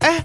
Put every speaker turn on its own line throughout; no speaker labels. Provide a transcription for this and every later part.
哎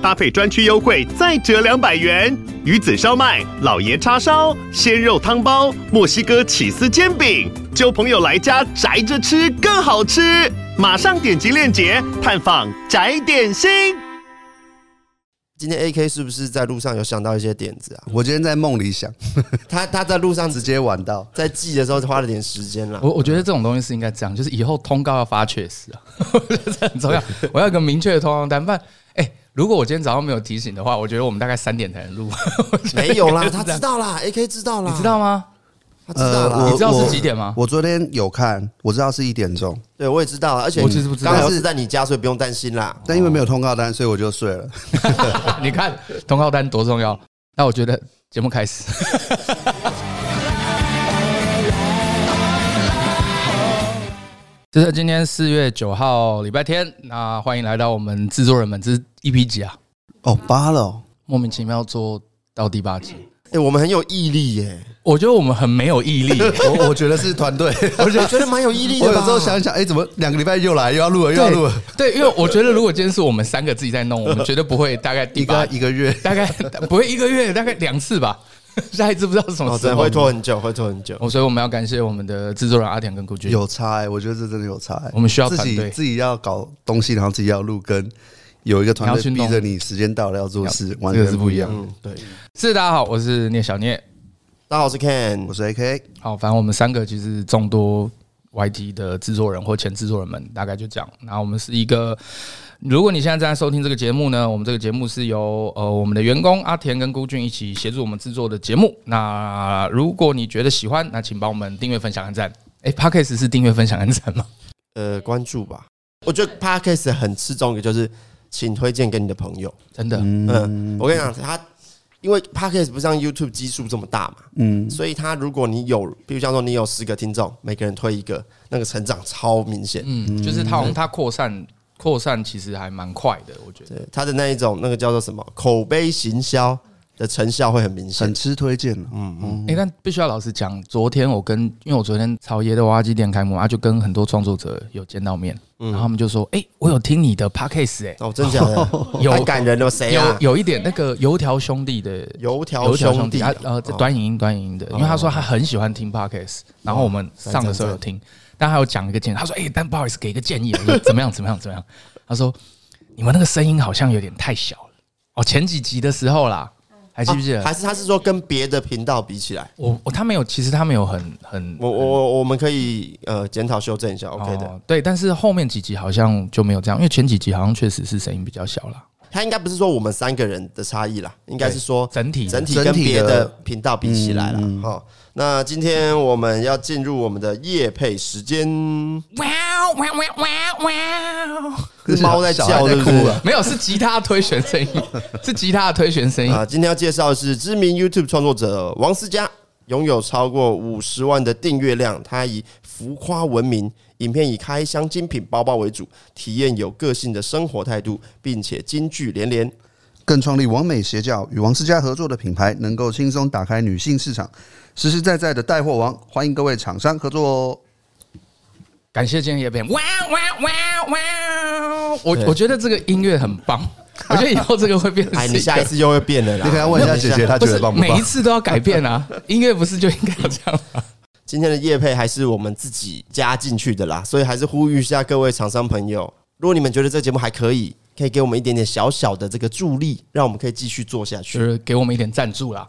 搭配专区优惠再折两百元。鱼子烧麦、老爷叉烧、鲜肉汤包、墨西哥起司煎饼，就朋友来家宅着吃更好吃。马上点击链接探访宅点心。
今天 AK 是不是在路上有想到一些点子啊？
我今天在梦里想，
他他在路上直接玩到，在记的时候花了点时间啦。
我我觉得这种东西是应该这样，就是以后通告要发确实啊， 我觉得这很重要。我要有个明确的通告单，不然，哎、如果我今天早上没有提醒的话，我觉得我们大概三点才能录。 我觉得
没有 啦，
应该
他
是这
知
样，
道啦，AK 知道啦，
你知道吗？
他知道啦，
你知道是几点吗
呃我昨天有看，我知道是一点钟，
对我也知道啊，而且
我其实不知道
刚好是在你家，所以不用担心啦。
但因为没有通告单，所以我就睡了。
你看通告单多重要。那我觉得节目开始。这是今天四月九号礼拜天，那欢迎来到我们制作人们，这是 EP 几啊？
哦，八了哦，
莫名其妙做到第八集，
哎，我们很有毅力耶，
我觉得我们很没有毅力。
我我觉得是团队。
我觉得蛮有毅力
我
的
有
吧。
时候想一想，哎、怎么两个礼拜又来，又要录了，又要录了，
对，因为我觉得如果今天是我们三个自己在弄，我们绝对不会大概第
一
八
个，一个月。
大概不会一个月，大概两次吧。 下一次不知道是什么
哦，
时
对，
候
会。拖很久，会拖很久。
哦所以我们要感谢我们的制作人阿田跟顾军。
有差哎、我觉得这真的有差、欸。
我们需要
自
团
己
队
自己要搞东西，然后自己要录，跟有一个团
你要去
队
弄
逼着你时间到了要做事，完
这
全
个是不一样。
嗯，对。
是大家好，我是聂小聂。
大家好，我是
我
Ken。
是 AK，
好，反正我们三个就是众多 YT 的制作人或前制作人们，大概就这样。那我们是一个，如果你现在正在收听这个节目呢，我们这个节目是由呃我们的员工阿田跟孤俊一起协助我们制作的节目。那如果你觉得喜欢，那请帮我们订阅、分享、按赞。哎、p o d c a s t 是订阅、分享、按赞吗？
呃，关注吧。我觉得 Podcast 很吃重一个就是，请推荐给你的朋友。
真的，
嗯，我跟你讲，他因为 Podcast 不像 YouTube 基数这么大嘛，
嗯，
所以他如果你有，比如像说你有十个听众，每个人推一个，那个成长超明显。
嗯，就是它好像它扩散扩散其实还蛮快的，我觉得。
对，他的那一种那个叫做什么口碑行销的成效会很明显
很。吃推荐啊了。
嗯
哎、但必须要老实讲，昨天我跟因为我昨天草爷的娃娃机店开幕啊，就跟很多创作者有见到面，
嗯
然后他们就说：“哎、我有听你的 podcast 哎、
哦，真假的，
有
太感人了，谁啊
有？有一点那个油条兄弟的
油条兄弟哦
啊，呃，这短影音短影音的，因为他说他很喜欢听 podcast，然后我们上的时候有听，但他有讲一个建议，他说：“哎、但不好意思，给一个建议，我说怎么样？怎么样？怎么 样？”他说：“你们那个声音好像有点太小了。”哦，前几集的时候啦，还记不记得？
啊还是他是说跟别的频道比起来，
我我他没有，其实他没有很很
我我我我们可以呃检讨修正一下，OK 的。
哦。对，但是后面几集好像就没有这样，因为前几集好像确实是声音比较小啦。
他应该不是说我们三个人的差异啦，应该是说
整体
整体
整
跟
体
别
的
的频道比起来了。好，那今天我们要进入我们的夜配时间，
哇哦哇哇哇哇！
猫在
小
叫，
孩
对
在
不
哭啊
对
了？
没有，是吉他推弦声音，是吉他的推弦声音。
啊，今天要介绍的是知名 YouTube 创作者王思佳，拥有超过五十万的订阅量。他以浮夸闻名，影片以开箱精品包包为主，体验有个性的生活态度，并且金句连 连。
更创立王美邪教与王思佳合作的品牌，能够轻松打开女性市场，实实在在的带货王，欢迎各位厂商合作哦。
感谢今天夜片，哇哇哇哇！我
对
我觉得这个音乐很棒，我觉得以后这个会变成
哎，
是一
你
个
下一次又会变了啦。
啊你可能要问一下姐姐，她
不
觉得
是
棒不
每
棒
一？次都要改变啊？音乐不是就应该要这样吗？
今天的夜配还是我们自己加进去的啦，所以还是呼吁一下各位厂商朋友，如果你们觉得这节目还可以，可以给我们一点点小小的这个助力，让我们可以继续做下
就
去。
是给我们一点赞助啦，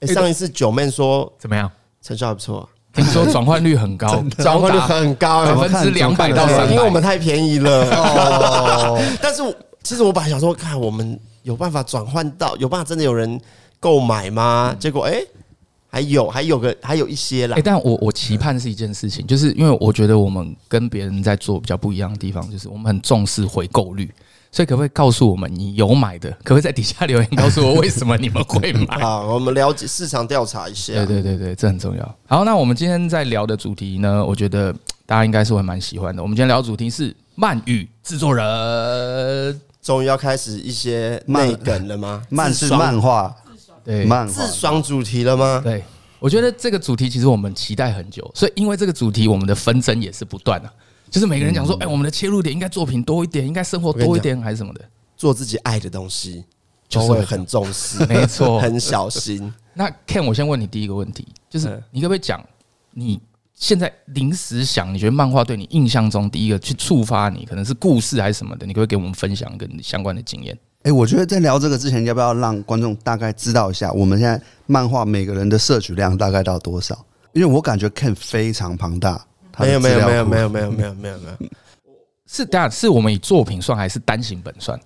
诶上一次九妹说
怎么样？
成效还不错，
听说转换 率很高，
转换率
高达
很高、
百
欸，
分之两百到
对
三百，
因为我们太便宜了。 但是我其实我本来想说，看我们有办法转换到，有办法真的有人购买
嗯
吗？结果哎、诶还有还有个还有一些啦
哎、。但我我期盼是一件事情，就是因为我觉得我们跟别人在做比较不一样的地方，就是我们很重视回购率，所以可不可以告诉我们你有买的？可不可以在底下留言告诉我为什么你们会买？
好，我们了解市场调查一下。
哎对啊对对对，这很重要。好，那我们今天在聊的主题呢，我觉得嘖大家应该是会蛮喜欢的。我们今天聊的主题是漫语制作人，
终于要开始一些内梗了吗？
漫
自
是
爽
漫画，
对
漫画
自爽主题了吗？
对，我觉得这个主题其实我们期待很久，所以因为这个主题，我们的纷争也是不断的、啊就是每个人讲说，哎、我们的切入点应该作品多一点，应该生活多一点，还是什么的。
做自己爱的东西，
就是
就
会
会很重视，
没错
很小 心。
那 Ken，我先问你第一个问题，就是你可不可以讲你现在临时想，你觉得漫画对你印象中第一个去触发你，可能是故事还是什么的，你可不可以给我们分享一个你相关的经验？
哎、我觉得在聊这个之前，要不要让观众大概知道一下，我们现在漫画每个人的摄取量大概到多少？因为我感觉 Ken 非常庞大，他的
没有没有
资料
没有
库
没有没有没有没有没有，
是这样，是我们以作品算还是单行本算？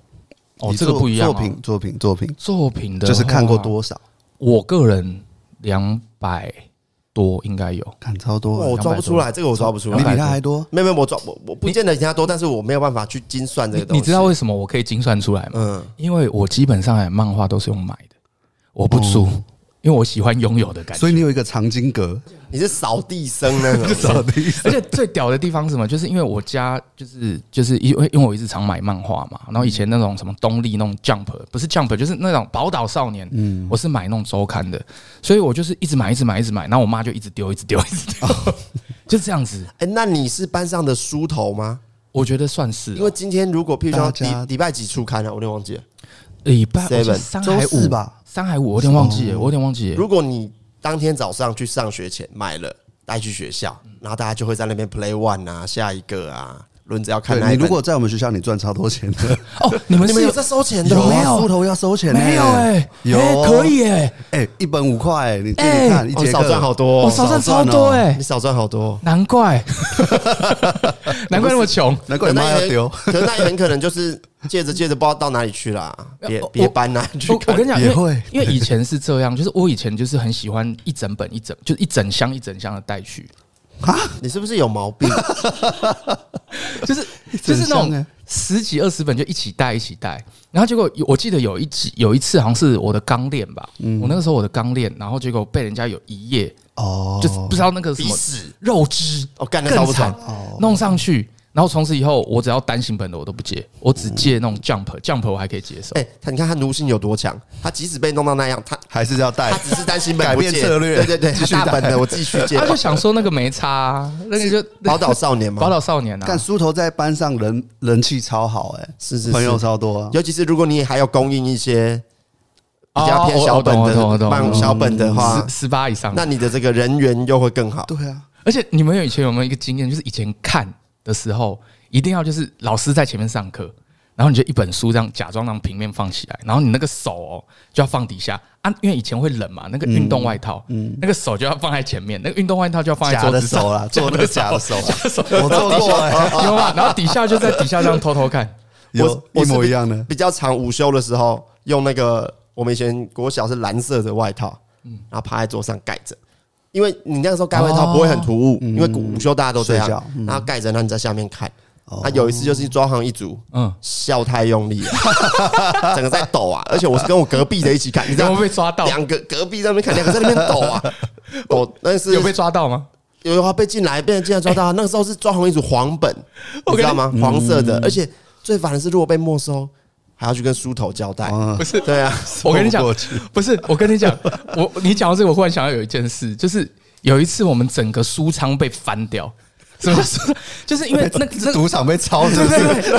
哦，
你
这个
作
不一样、哦。哦
作品作品作品，
作品的
就是看过
话
多少，
我个人两百多应该有，
看超多
哇
啊，
我抓不出来，这个我抓不出
你比
来。
他还多。
没有没有，我抓我我不见得比他多，但是我没有办法去精算这
你
个东西。
你知道为什么我可以精算出来吗？
嗯，
因为我基本上买哎漫画都是用买的，我不租，
哦
因为我喜欢拥有的感觉。
所以你有一个藏经阁，
你是扫地僧那种，
什么意思？
而且最屌的地方是什么？就是因为我家就是就是因为因为我一直常买漫画嘛，然后以前那种什么东立那种 Jump 不是 Jump 就是那种宝岛少年，
嗯
我是买那种周刊的，所以我就是一直买一直买一直买，然后我妈就一直丢一直丢一直丢，
哦
就这样子。
哎、那你是班上的书头吗？
我觉得算是哦
因为今天如果譬如说
大家
礼礼拜几出刊啊，我有点忘记了。
礼拜我记得
Seven
三
周
还
四
五
吧，哦
三还五，我有点忘记了，我有点忘记了。
如果你当天早上去上学前买了，带去学校，然后大家就会在那边 play one 啊，下一个啊，轮着要看那
对
一
你如
本
果在我们学校，你赚超多钱的，
哦，你们
你
是
们有在收钱的
有
吗？
啊书头要收钱呢，
没有哎？
有
哎可以哎，
哎，一本五块，你自己
哎
看一
哦
节
少
课
赚好多、
我
哦，
少赚
少
超
赚哦
多哎
你，少赚好多、哦。
难怪，难怪那么穷。
难怪你妈要丢。
可是那也很可能就是借着借着不知道到哪里去啦，别
我
别搬啊，
我
去
我
看
跟你讲，因
也
为
会
因为以前是这样，就是我以前就是很喜欢一整本一整，就是一整箱一整箱的带 去，
你是不是有毛病？
就是就是那
整箱
种
欸
十几二十本就一起带一起带，然后结果有我记得有一集有一次好像是我的钢链吧，
嗯
我那个时候我的钢链，然后结果被人家有一页
哦，
就是不知道那个什
鼻
么
屎
肉汁，
哦干得
更
超不哦
惨
爽，
弄上去。然后从此以后，我只要单行本的我都不接，我只借那种 jump，jump 我还可以接受。
哎、他你看他奴性有多强，他即使被弄到那样，他
还是要带
啊
他。只是担心本
哎改
不
变
借
策略
对对对，
继
他
续带
大本的我继续 借
啊他，就想说那个没差啊，那 个就
宝岛少年嘛，
宝岛少年
但
啊，
书头在班上人人气超好，哎，
是是是
朋友超多啊。
尤其是如果你还有供应一些比较
哦
偏小本
我懂我懂我嗯
的
懂我
漫
懂
小本的话
十，十八以上。
啊那你的这个人缘又会更好。
对啊，
而且你们有以前有没有一个经验，就是以前看的时候，一定要就是老师在前面上课，然后你就一本书这样假装让平面放起来，然后你那个手哦就要放底下啊，因为以前会冷嘛，那个运动外套，
嗯
那个手就要放在前面，那个运动外套就要放在
假
桌
的
子上
手啦，做那个假的手 啊，我做过哎，
有吗？然后底下就在底下这样偷 偷看，
有
我
一
是
模一样的。
比较常午休的时候，用那个我们以前国小是蓝色的外套，
嗯
然后趴在桌上盖着。因为你那个时候盖外套不会很突兀，因为午休大家都这
嗯睡
样
觉，嗯哦
然后盖着，然后你在下面看。啊，有一次就是抓行一组，
嗯，
笑太用力了，整个在抖啊！ 而且我是跟我隔壁的一起看，你知
有
道
没有被抓到？
两个隔壁在那边看，两个在那边抖 啊，抖。但是
有被抓到吗？
有的话被进来，被人进来抓到啊。那个时候是抓红一组黄本，你知道吗？黄色的，而且最烦的是，如果被没收，还要去跟书头交代。
嗯
不是，
对啊，
我跟你讲
凑不过去，
不是，我跟你讲，我你讲到这个，我忽然想到有一件事，就是有一次我们整个书仓被翻掉， 什么书？就是因为那那
赌场被抄是
对
不是？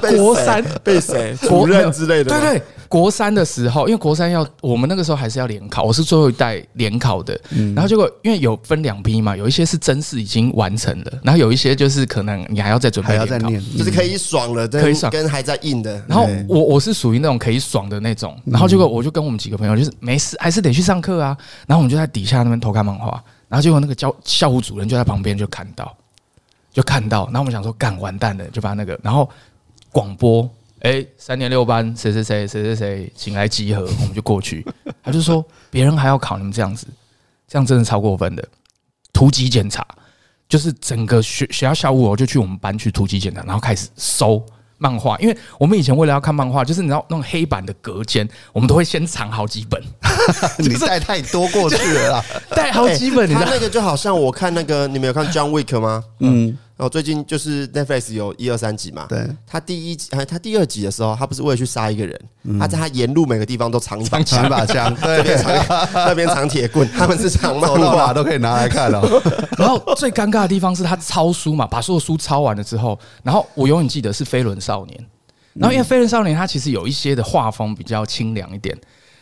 对对，
被谁
国三
被谁主
国
任之类的，
对，对，国三的时候，因为国三要我们那个时候还是要联考，我是最后一代联考的。
嗯
然后结果因为有分两批嘛，有一些是真试已经完成了，然后有一些就是可能你还要再准备
还要再
联考。
念， 嗯
就是可以爽了，
可以
跟
爽
跟还在硬的，
然后我我是属于那种可以爽的那种，然后结果我就跟我们几个朋友就是没事，还是得去上课啊。然后我们就在底下那边偷看漫画，然后结果那个教校务主任就在旁边就看到，就看到，然后我们想说干完蛋了，就把那个然后广播。哎，三年六班谁谁谁谁谁谁，请来集合，我们就过去。他就说别人还要考你们这样子，这样真的超过分的。突击检查就是整个学学校校务，我就去我们班去突击检查，然后开始搜漫画，因为我们以前为了要看漫画，就是你知道那种黑板的隔间，我们都会先藏好几本，
你带太多过去 了啦。
带好几本，你知
哎他
道。
那个就好像我看那个，你们有看 John Wick 吗？嗯，然后最近就是 Netflix 有一二三集嘛，
对，
他第一集，哎，他第二集的时候，他不是为了去杀一个人，他在他沿路每个地方都藏一把
藏
拿
枪，
一把枪，
那
对
边，藏那边藏铁棍，他们是藏漫
走到哪
画，
啊都可以拿来看哦。
然后最尴尬的地方是他抄书嘛，把所有书抄完了之后，然后我永远记得是《飞轮少年》，
嗯
然后因为《飞轮少年》它其实有一些的画风比较清凉一点，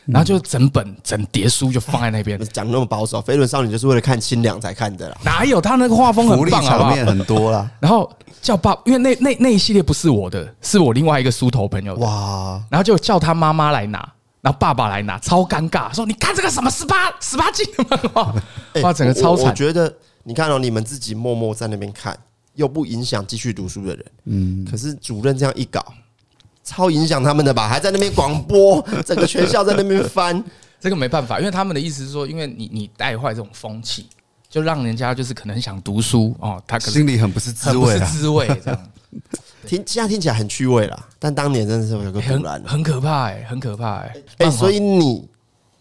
然后就整本整叠书就放在那
哎
边，
讲那么保守，《飞轮少女》就是为了看清凉才看的啦。
哪有他那个画风
福
很
利
棒好不
场
好？
面很多啦。
然后叫爸，因为那那那一系列不是我的，是我另外一个书头朋友的。
哇，
然后就叫他妈妈来拿，然后爸爸来拿，超尴尬，说你看这个什么十八十八禁的漫画，
哎
哇，整个超
我我
惨。
觉得你看哦，你们自己默默在那边看，又不影响继续读书的人，嗯，可是主任这样一搞。超影响他们的吧，还在那边广播，整个全校在那边翻，
这个没办法，因为他们的意思是说，因为你你带坏这种风气，就让人家就是可能想读书哦，他可能
心里很不是滋
很不
味
是
啊。
滋味，这样
听现在听起来很趣味啦，但当年真的是有个
很
古然。
很可怕哎、很可怕哎、
啊哎、
漫画
所以你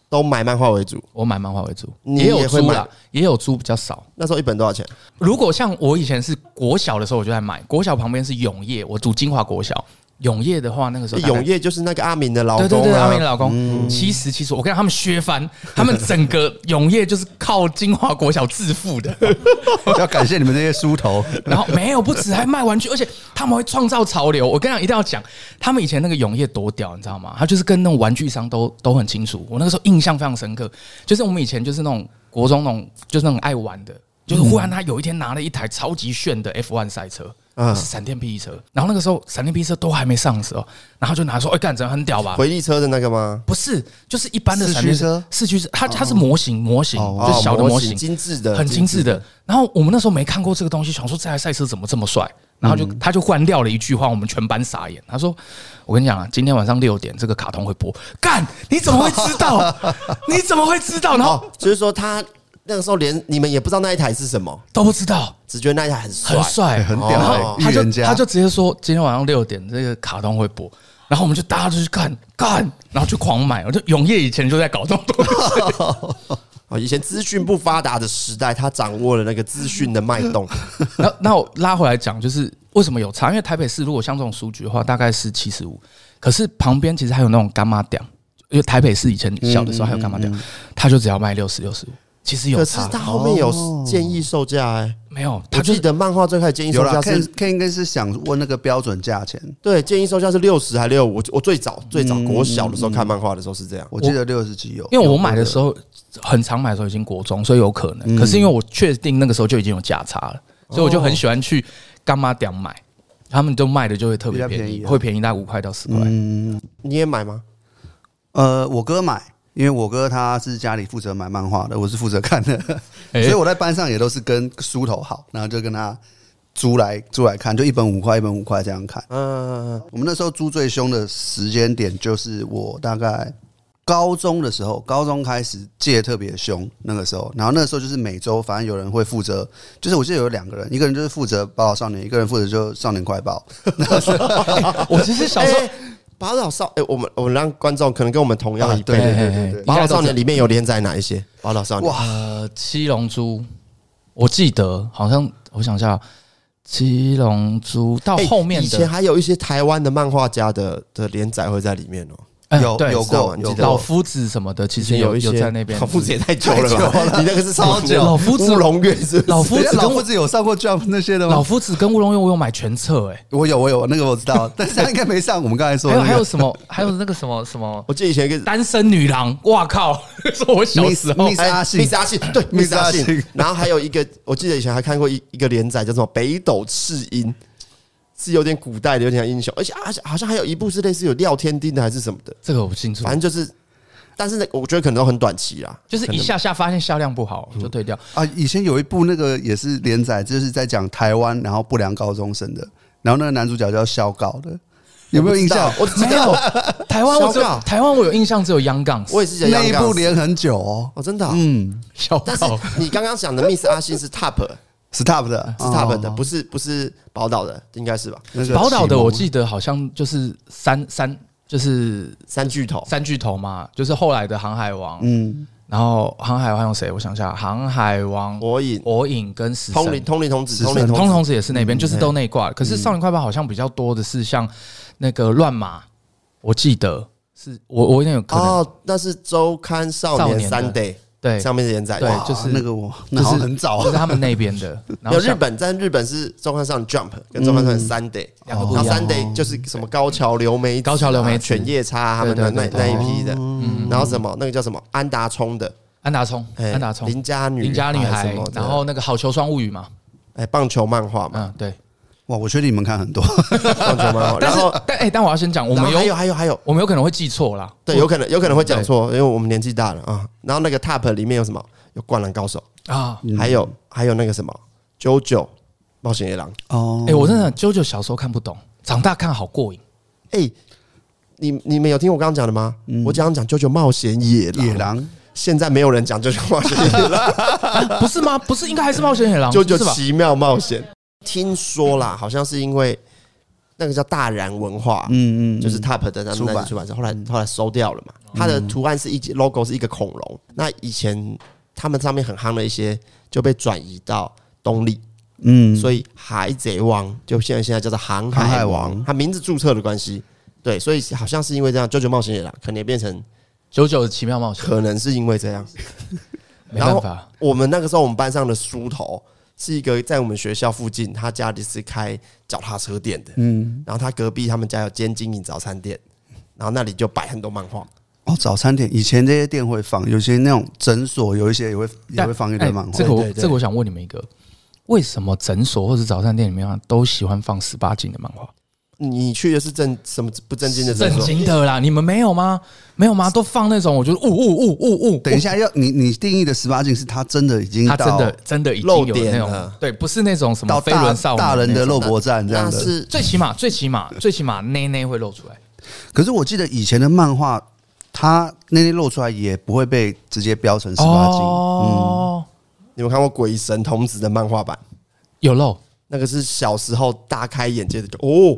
都买漫画为主，
我买漫画为主，
你
也有
也会
租
买
啦，也有租比较少。
那时候一本多少钱？
如果像我以前是国小的时候，我就在买。国小旁边是永业，我读金华国小。永业的话，那个时候大概
永业就是那个阿明的老公
对
啊，嗯
对对，阿明的老公，其实其实我跟他们削翻， 他们整个永业就是靠金华国小致富的，
要感谢你们这些书头，
然后没有不止还卖玩具，而且他们会创造潮流。我跟你讲，一定要讲，他们以前那个永业多屌，你知道吗？他就是跟那种玩具商都都很清楚。我那个时候印象非常深刻，就是我们以前就是那种国中那种，就是那种爱玩的。就是忽然他有一天拿了一台超级炫的 F1 赛车，
嗯
是闪电霹雳车，然后那个时候闪电霹雳车都还没上市哦，然后就拿说，哎，干，这很屌吧？
回力车的那个吗？
不是，就是一般的
四
闪电
驱车
四驱车，它它是模型，模型
哦
就是小的
模
模型，
精致的，
很精致的。然后我们那时候没看过这个东西，想说这台赛车怎么这么帅，然后就他就忽然撂了一句话，我们全班傻眼。他说：“我跟你讲啊，今天晚上六点这个卡通会播，干，你怎么会知道？你怎么会知道？然后
哦，就是说他那个时候连你们也不知道那一台是什么，
都不知道。”
只觉得那一台很帅
很。帅，
很
屌
然后
欸
哦他
预
就
言家
他就直接说今天晚上六点这个卡通会播，然后我们就大家就去看看，然后就狂买。我就永业以前就在搞这种东西，
哦，以前资讯不发达的时代，他掌握了那个资讯的脉动。
那那我拉回来讲，就是为什么有差？因为台北市如果像这种书局的话，大概是七十五，可是旁边其实还有那种干妈店，因为台北市以前
嗯
小的时候还有干妈店，他就只要卖六十六十五，其实 有
可是
差哦
他后面有建议售价哎、
没有？
我
他就
记得漫画最开始建议
有
售
啦
价
Ken
是，
Ken 应该是想问那个标准价钱，
对，建议售价是六十还六五。我我最早最早国小的时候看漫画的时候是
嗯
这样。
我记得六十几有。
因为我买的时候很常买的时候已经国中，所以有可能。可
嗯
是因为我确定那个时候就已经有价差了，所以我就
哦
很喜欢去干妈店买，他们都卖的就会特别
比较
便
便宜
宜，
啊嗯
会便宜大概五块到十块。
你也买吗？
呃，我哥买，因为我哥他是家里负责买漫画的，我是负责看的，
哎
所以我在班上也都是跟书头好，然后就跟他租来租来看，就一本五块，一本五块这样看。
嗯、
我们那时候租最凶的时间点就是我大概高中的时候，高中开始借特别凶，那个时候，然后那时候就是每周反正有人会负责，就是我记得有两个人，一个人就是负责《宝岛少年》，一个人负责就《少年快报》。
我其实小时候
哎宝岛少，哎、我们我们让观众可能跟我们同样一辈
对
的
对
哎
对
哎哎
对对，
宝岛少
应该
年
都
里面有连载哪一些？宝岛少年，哇，
呃，七龙珠，我记得好像我想一下，七龙珠到后面
哎以前
的
还有一些台湾的漫画家的的连载会在里面哦、
哎
有
对
有
知道
过
吗
有
你知道
老
吗
过，
夫子什么的，其
以
实
前
有
一
有
些
在那边
老。夫子也太久了吧？ 你那个是什么
超久
老夫子
乌龙院是不是
老夫
人
子
家
跟
老
我
夫子有上过 Jump 那些的
老
吗？
夫子跟乌龙院，我有买全册哎，
我有我有，那个我知 道，但是他应该没上我们刚才说
还
的
有
那个。
还有什么？还有那个什么什么
我记得以前一个
单身女郎，哇靠！ 说我小时候
Miss 阿信
密阿信， 对，密
Miss
阿
阿
信
信。
然后还有一个，我记得以前还看过一一个连载叫什么《北斗赤鹰》，是有点古代的，有点像英雄，而且而且好像还有一部是类似有廖天丁的还是什么的，
这个我不清楚
反，正就是，但是那我觉得可能都很短期啦。
就是一下下发现销量不好
嗯
就退掉。
啊，以前有一部那个也是连载，就是在讲台湾然后不良高中生的，然后那个男主角叫肖告的，有没有印象？
我只知
没有
道，
台湾我只
小
有
港
台湾我有印象只有 Young Guns，
我也是讲
那一
杨
部
刚
连很久哦。
哦，真的啊、
嗯，
小
但是
告
你刚刚讲的 Miss 阿信是 Top
，Stop 的
，Stop 的，
哦
不是不是宝岛的，应该是吧？
那个
宝岛
启
的
蒙
我记得好像就是三三就是
三巨头，
三巨头嘛，就是后来的航海王，
嗯，
然后航海王还有谁？我想一下，航海王、
火影、
火影跟死
通灵、嗯
神。
通灵童子、
死
通
神
灵
通
童
童
子，
子也是那边，就是都那一挂。可是少年快报好像比较多的是像那个乱马，我记得是我我有点有可能
哦，那是周刊少
少
年
年的
Sunday
对，
上面的连载，
对
哇
就是
哇啊那个我，
就
那
是
好像很早
就是
啊，
他们那 边的。
没
然后
有日
像嗯哦
本，但日本是周刊少年 Jump 跟周刊少年 Sunday
两个不一
然
样
后 Sunday 就是什么高桥留美子啊、
高桥留美子
犬夜叉啊他们的那
对对对
那
对
一批的，
哦
然后什么那个叫什么安达充的，
安达充、
哎
安达充、
邻家女、
邻家女
孩
孩
什么，的，
然后那个好球双物语嘛，
哎棒球漫画嘛，
嗯，对。
哇，我确定你们看很多，
棒球漫画，
嗯
然
但是
后
但哎，但我要先讲，我
然
们
后还有
有
还有还有，
我们有可能会记错啦。
对，有可能有可能会讲错，因为我们年纪大了啊。然后那个 Top 里面有什么？有灌篮高手，
啊，
嗯
还有还有那个什么 JoJo 冒险野狼。
哦
哎，我真的啾啾小时候看不懂，长大看好过瘾。
哎，你你们有听我刚刚讲的吗？我刚刚讲 JoJo 冒险野狼，
嗯野狼
现在没有人讲 JoJo 冒险野 狼
不是吗？不是应该还是冒险野狼是
，JoJo
吧？
奇妙冒险。听说啦，好像是因为那个叫大然文化，
嗯嗯，
就是 Top 的那
出版嗯
那出版社，后来后来收掉了嘛。它的图案是一只 logo 是一个恐龙，那以前他们上面很夯的一些就被转移到东立，
嗯，
所以海贼王就现在现在叫做航
航
海
海
王，
王
它名字注册的关系。对，所以好像是因为这样，《啾啾冒险野狼》可能也变成，
九九奇妙冒险，
可能是因为这样。
没
然
办
后
法，
我们那个时候，我们班上的书头是一个在我们学校附近，他家里是开脚踏车店的，嗯，然后他隔壁他们家有间经营早餐店，然后那里就摆很多漫画，
哦，早餐店以前这些店会放，有些那种诊所有一些也会也
但
会放一堆
哎
漫画
这，个
对
我
对对
这个我想问你们一个，为什么诊所或者早餐店里面啊都喜欢放十八禁的漫画？
你去的是正什么不正经的诊
正
所？
经的啦，你们没有吗？没有吗？都放那种，我觉得呜呜呜呜呜，
等一下要你你定义的十八禁是他真的已经
他
到
真的真的已经
漏
有
点
那种
了，
对，不是那种什么
到
飞
大
轮少女
大人
那
的
种
肉搏战这样
那
的，
是
最起码最起码最起码内内会露出来，
可是我记得以前的漫画，它那些露出来也不会被直接标成十八禁，
哦，
你们看过《鬼神童子》的漫画版？
有露，
那个是小时候大开眼界的，就哦，哦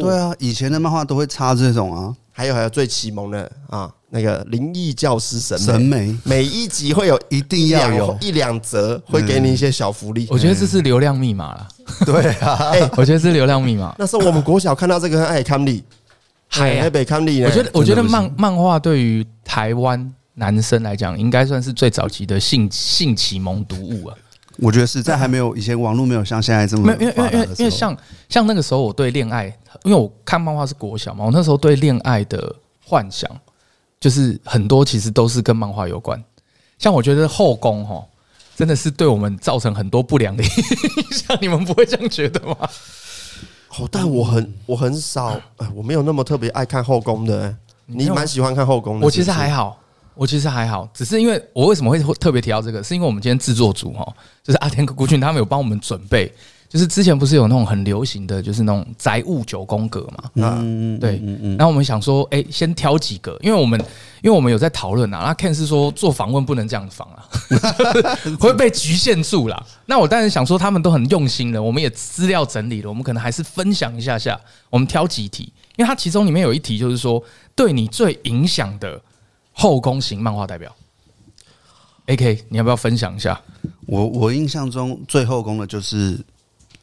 对啊，以前的漫画都会插这种啊，
还有还有最启蒙的啊，那个灵异教师审美
审美
每一集会有
一定要
两
有，
一两则，会给你一些小福利。
嗯我觉得这是流量密码啦，
对啊，
哎，
我觉得这是流量 密码。
那时候我们国小看到这个，哎，康利，
嗨呀
哎，北康利呢？
我觉得，我觉得
真的不
漫漫画对于台湾男生来讲，应该算是最早期的性性启蒙读物啊。
我觉得是在还没有以前网络没有像现在这么
没有，因为因
发
为
达
因
的时
为
候
因为像像那个时候，我对恋爱，因为我看漫画是国小嘛，我那时候对恋爱的幻想，就是很多其实都是跟漫画有关。像我觉得后宫哈，真的是对我们造成很多不良的影响，你们不会这样觉得吗？
哦，但我很我很少，哎，我没有那么特别爱看后宫的。哎
没
你
有啊
蛮喜欢看后宫的，
我其实还
是
好，我其实还好，只是因为我为什么会特别提到这个，是因为我们今天制作组哈，就是阿田跟顾俊他们有帮我们准备，就是之前不是有那种很流行的，就是那种宅物九宫格嘛，
不是啊，
嗯
对，然后我们想说，哎、先挑几个，因为我们因为我们有在讨论啊，那 Ken 是说做访问不能这样访啊， 会被局限住啦。那我当然想说，他们都很用心了，我们也资料整理了，我们可能还是分享一下下，我们挑几题，因为它其中里面有一题就是说，对你最影响的后宫型漫画代表。A K，你要不要分享一下？
我我印象中最后攻的就是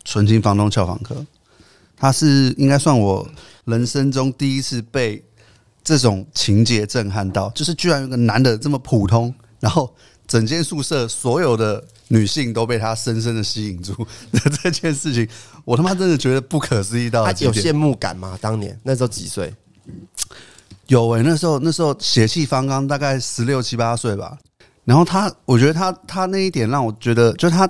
纯情房东俏房客，他是应该算我人生中第一次被这种情节震撼到，就是居然有个男的这么普通，然后整间宿舍所有的女性都被他深深的吸引住 这件事情，我他妈真的觉得不可思议到
他
了极
啊有
点
羡慕感吗？当年那时候几岁？
有诶、那时候那时候血气方刚，大概十六七八岁吧。然后他，我觉得他他那一点让我觉得，就是他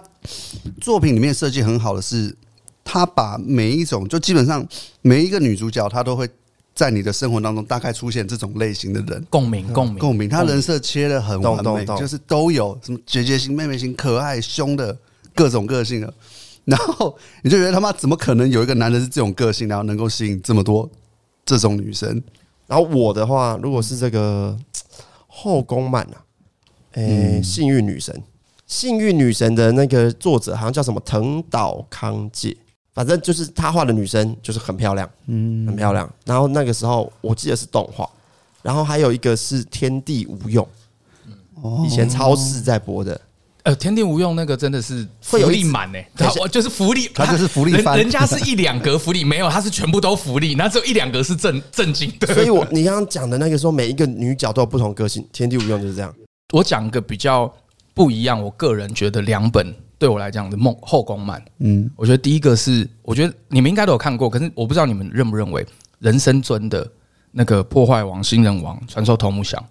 作品里面设计很好的是，他把每一种就基本上每一个女主角，她都会在你的生活当中大概出现这种类型的人。
共鸣，共鸣，
共鸣，他人设切的很完
懂
美
懂，懂
就是都有什么姐姐型、妹妹型、可爱、凶的各种个性的。然后你就觉得他妈怎么可能有一个男人是这种个性，然后能够吸引这么多这种女生？
然后我的话，嗯如果是这个后宫漫啊，哎，幸运女神，幸运女神》的那个作者好像叫什么藤岛康介，反正就是他画的女生就是很漂亮，嗯，很漂亮。然后那个时候我记得是动画，然后还有一个是《天地无用》，以前超市在播的，
呃，天地无用那个真的是福
会有一
利满呢、它我就是福利，
它就是福利
人
番
人家是一两格福利，没有，它是全部都福利，那只有一两格是正正经的。
所以我你刚刚讲的那个说每一个女角都有不同个性，《天地无用》就是这样。
我讲个比较不一样，我个人觉得两本对我来讲的梦后宫漫，
嗯，
我觉得第一个是，我觉得你们应该都有看过，可是我不知道你们认不认为人生尊的那个破坏王、新人王、传说头目想。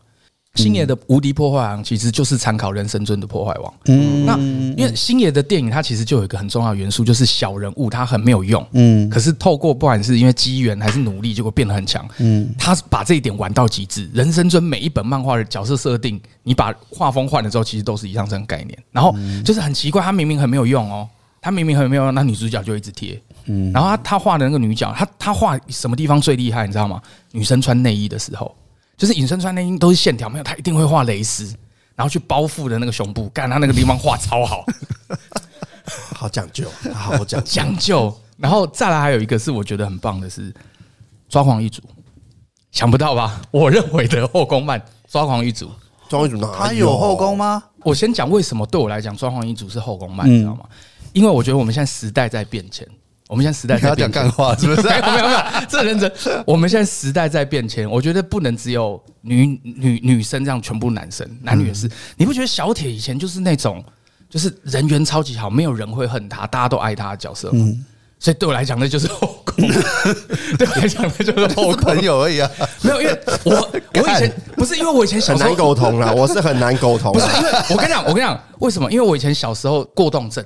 星爷的《无敌破坏王》其实就是参考人生尊的破坏王，嗯，那因为星爷的电影它其实就有一个很重要的元素，就是小人物他很没有用，嗯，可是透过不管是因为机缘还是努力，结果变得很强，嗯，他把这一点玩到极致。人生尊每一本漫画的角色设定，你把画风换了之后，其实都是一样这样概念，然后就是很奇怪，他明明很没有用哦，他明明很没有用，那女主角就一直贴，嗯，然后他他画的那个女角，他他画什么地方最厉害，你知道吗？女生穿内衣的时候。就是隐身穿内衣都是线条，没有他一定会画蕾丝，然后去包覆的那个胸部，干他那个地方画超好，
好讲究，好讲究。
讲究。然后再来还有一个是我觉得很棒的是《抓狂一族》，想不到吧？我认为的后宫漫《抓狂一族》，
庄一主哪
他有后宫？吗？
我先讲为什么对我来讲《抓狂一族》是后宫
嗯
漫，你知道吗？因为我觉得我们现在时代在变迁，我们现在时代
他
在
要讲
变迁
干。话是不是？
没有没有没有，这认 真。我们现在时代在变迁，我觉得不能只有女女女生这样，全部男生男女也
嗯
是。你不觉得小铁以前就是那种，就是人缘超级好，没有人会恨他，大家都爱他的角色吗？
嗯
所以对我来讲，那就是后 宫。对我来讲，那就是后
我
宫
朋。友而已啊。
没有，因为我我以前不是因为我以前小
很
时候
难沟通 啦，我是很难沟通
不是
啦。
因为我跟你讲，我跟你讲，为什么？因为我以前小时候过动症，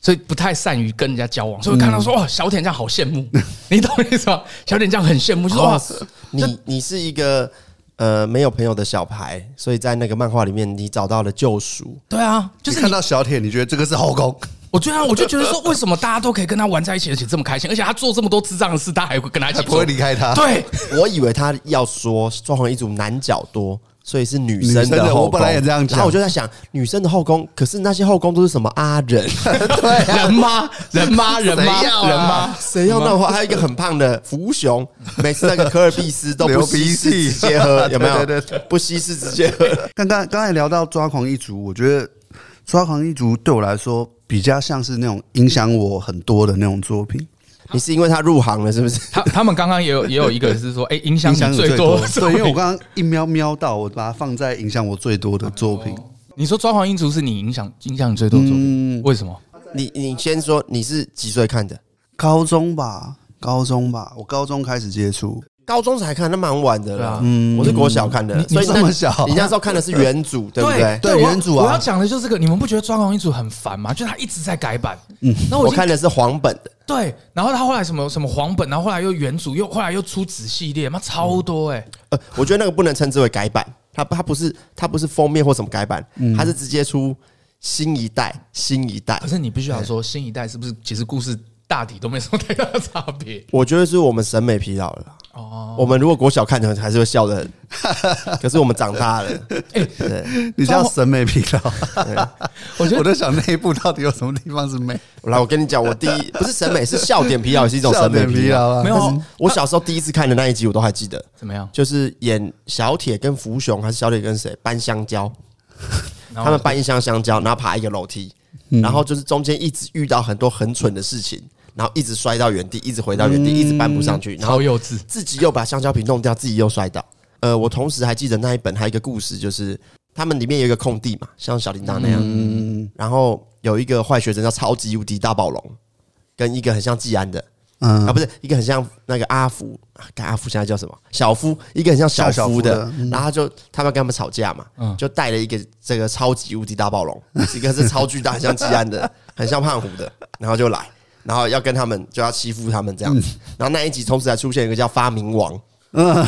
所以不太善于跟人家
嗯
交往，所以我看到说哇，小点这样好羡慕， 你懂我意思吗？小点这样很羡慕，就说哇
哦，你你是一个呃没有朋友的小孩，所以在那个漫画里面你找到了救 赎。
对啊，
就
就
是
是
看
你，
到小铁，你觉得这个是后 宫？
我觉得我就觉得说，为什么大家都可以跟他玩在一起，而且这么开心，而且他做这么多智障的事，大家还会跟他一起
还
做，
不会离开他？
对，
我以为他要说装潢一组男角多，所以是女生
女生的
后宫。
我本来也这样讲
然后我就在想，女生的后宫，可是那些后宫都是什么阿 忍？
啊
人 吗？人吗？人吗？
谁要啊
人吗？
谁要那话？还有一个很胖的福 雄，每次那个可尔必斯都不
流
稀
鼻
释
涕
直接喝，有没有？
对对
不稀释直接喝。
刚刚刚才聊到抓狂一族，我觉得抓狂一族对我来说比较像是那种影响我很多的那种作品，
你是因为他入行了，是不是？
他他们刚刚也有也有一个是说，哎，影响
影
你
响我
最
多
多。。
对，因为我刚刚一瞄瞄到，我把它放在影响我最多的作品。
你说《抓狂音族》是你影响影响你最多的作
嗯
品，为什么？
你你先说你是几岁看的？
高中吧，高中吧，我高中开始接触，
高中才看，那蛮晚的
对啊
了。嗯，我是国小看的，所以
你
那
这么小
你那时候 看的是原著，对不对？
对
我
原主啊
我要讲的就是这个，你们不觉得《抓狂一族》很烦吗？就是他一直在改版，嗯，那我
我
已经
看的是黄本的，
对，然后他后来什么什么黄本，然后后来又原主，又后来又出子系列，妈超多
嗯
哎、
呃，我觉得那个不能称之为改版，它它不是它不是封面或什么改版，
嗯
它是直接出新一代新一代
可。是你必须要说，新一代是不是其实故事大体都没什么太大的差别？
我觉得是我们审美疲劳了啦。
哦，
我们如果国小看的还是会笑的， 可是我们长大了，
欸
对。
你叫审美疲 劳，
我 觉
我
得
在想那一部到底有什么地方是美？
来，我跟你讲，我第一不是审美，是笑点疲劳，也是一种审美
笑点疲劳
劳。
啊
没有
但是我小时候第一次看的那一集，我都还记得。
怎么样？
就是演小铁跟福雄，还是小铁跟谁搬香蕉？
然
他
后
们搬一箱香蕉，然后爬一个楼梯，
嗯
然后就是中间一直遇到很多很蠢的事情，然后一直摔到原地，一直回到原地，
嗯
一直搬不上去，然后
超幼稚，
自己又把香蕉皮弄掉，自己又摔倒。呃，我同时还记得那一本还有一个故事，就是他们里面有一个空地嘛，像小叮当那样，
嗯
然后有一个坏学生叫超级无敌大暴龙，跟一个很像季安的，
嗯
啊，不是一个很像那个阿福，啊干阿福现在叫什么？小夫，一个很像小夫的，
像小夫的嗯
然后他就他们跟他们吵架嘛，就带了一个这个超级无敌大暴龙，一个是超巨大，很像吉安的，很像胖虎的，然后就来，然后要跟他们就要欺负他们这样子，然后那一集同时还出现一个叫发明王，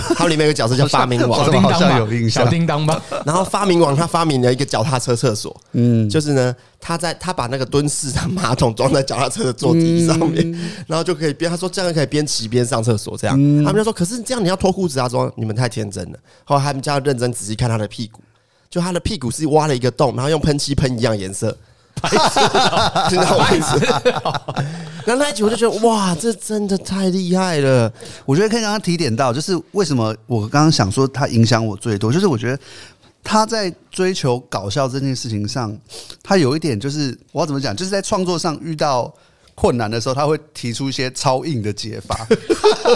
他们里面有个角色叫发明
好
王
像，
小叮
好
当
像
吧，
有印象
小叮 当吧，
然后发明王他发明了一个脚踏车厕所，嗯，就是呢，他在他把那个蹲式的马桶装在脚踏车的座椅上面，然后就可以边他说这样可以边骑边上厕所，这样、他们就说可是这样你要脱裤子啊，他说你们太天真了。后来他们就要认真仔细看他的屁股，就他的屁股是挖了一个洞，然后用喷漆喷一样颜色。哦 听到我意思？然后那一集我就觉得哇，这真的太厉害了！
我觉得可以让他提点到，就是为什么我刚刚想说他影响我最多，就是我觉得他在追求搞笑这件事情上，他有一点就是我要怎么讲，就是在创作上遇到困难的时候，他会提出一些超硬的解法，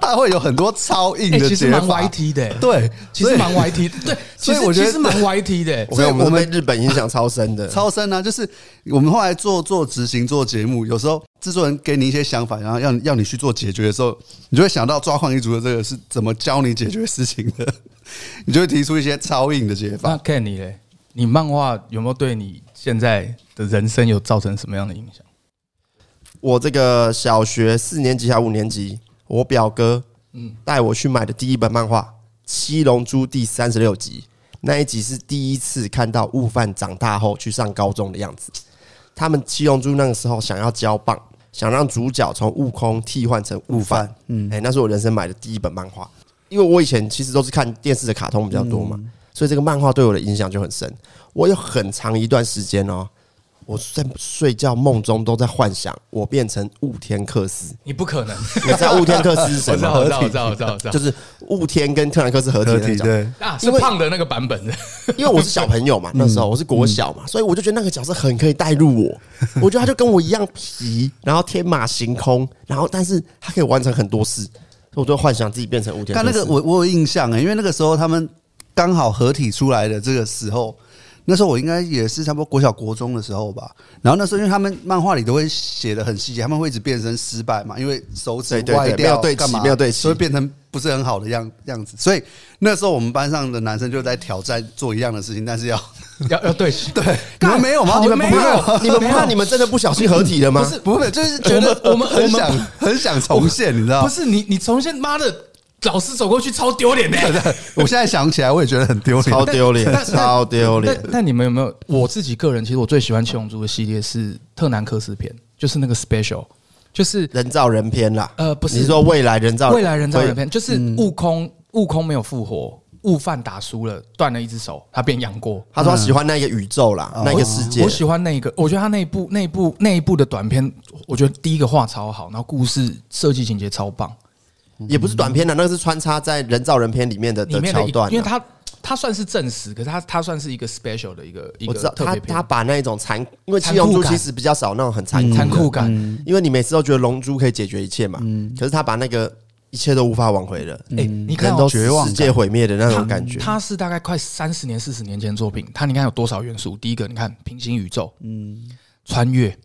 他会有很多超硬
哎
的
其实
解
蛮
法。
YT 的、欸，
对，
其实蛮 YT 的，对，其
所以
实
我觉得
其实蛮 YT 的、欸
我。跟我们被日本影响超深的，
超生啊，就是我们后来做做执行做节目，有时候制作人给你一些想法，然后要你要你去做解决的时候，你就会想到抓矿一族的这个是怎么教你解决事情的， 你就会提出一些超硬的解
那
法。
看你嘞，你漫画有没有对你现在的人生有造成什么样的影响？
我这个小学四年级还五年级，我表哥嗯带我去买的第一本漫画《七龙珠》第三十六集，那一集是第一次看到悟饭长大后去上高中的样子。他们七龙珠那个时候想要交棒，想让主角从悟空替换成悟饭。嗯，哎、那是我人生买的第一本漫画，因为我以前其实都是看电视的卡通比较多嘛，所以这个漫画对我的影响就很深。我有很长一段时间哦，我在睡觉梦中都在幻想我变成雾天克斯。
你不 可能，
你知道雾天克斯是
我
谁
知道，我知
吗？
道，我知道，我知道，我知道
就，是雾天跟特兰克斯合体的那种。
对，
啊，
因
是
为
胖的那个版本的，
因为我是小朋友嘛，那时候我是国小嘛，所以我就觉得那个角色很可以带入我。我觉得他就跟我一样皮，然后天马行空，然后但是他可以完成很多事，所以我就幻想自己变成雾天克
但
斯。哦
那个我我有印象哎、因为那个时候他们刚好合体出来的这个时候。那时候我应该也是差不多国小国中的时候吧，然后那时候因为他们漫画里都会写的很细节，他们会一直变身失败嘛，因为手指
对对对
外
没有
掉
对齐
干嘛
没有对齐
所以变成不是很好的样样子。所以那时候我们班上的男生就在挑战做一样的事情，但是要
要要对对，
你们没有吗？你们
没
不会
有
吗
你们怕你们真的不小心合体了吗？
不是
不会，就是觉得
我们我们
很想
我
很想重现，你知道吗
不？是你，你重现妈的，老师走过去超丢脸的。
我现在想起来我也觉得很丢 脸
超。丢脸
但，但
超丢脸！
但但你们有没有？我自己个人，其实我最喜欢七龙珠的系列是特南克斯篇，就是那个 special，就是
人造人篇啦，
呃不是
你说未来人造
未来人造人篇，就是悟空，悟空没有复活，悟饭打输了，断了一只手，他变杨过。
他说他喜欢那个宇宙啦，那个世界
嗯哦我。喜欢那一个，我觉得他那一部、那一部、那一部的短片，我觉得第一个画超好，然后故事设计情节超棒，
也不是短片啦，那个是穿插在人造人篇里面的
里
的
面的
桥
一
段啦。啊
因为他他算是正史，可是他他算是一个 special 的一个一
我
个
知道
特
他
别片
他把那种残，因为七龙
残酷
珠
感嗯
其实比较少那种很残酷的
残酷，感，
因为你每次都觉得龙珠可以解决一切嘛，
嗯
可是他把那个一切都无法挽回了，
哎、你看
人
哦
都
绝望
世界毁灭的那种感觉。
它是大概快三十年、四十年前的作品，它你看有多少元素？第一个，你看平行宇宙，嗯，穿越，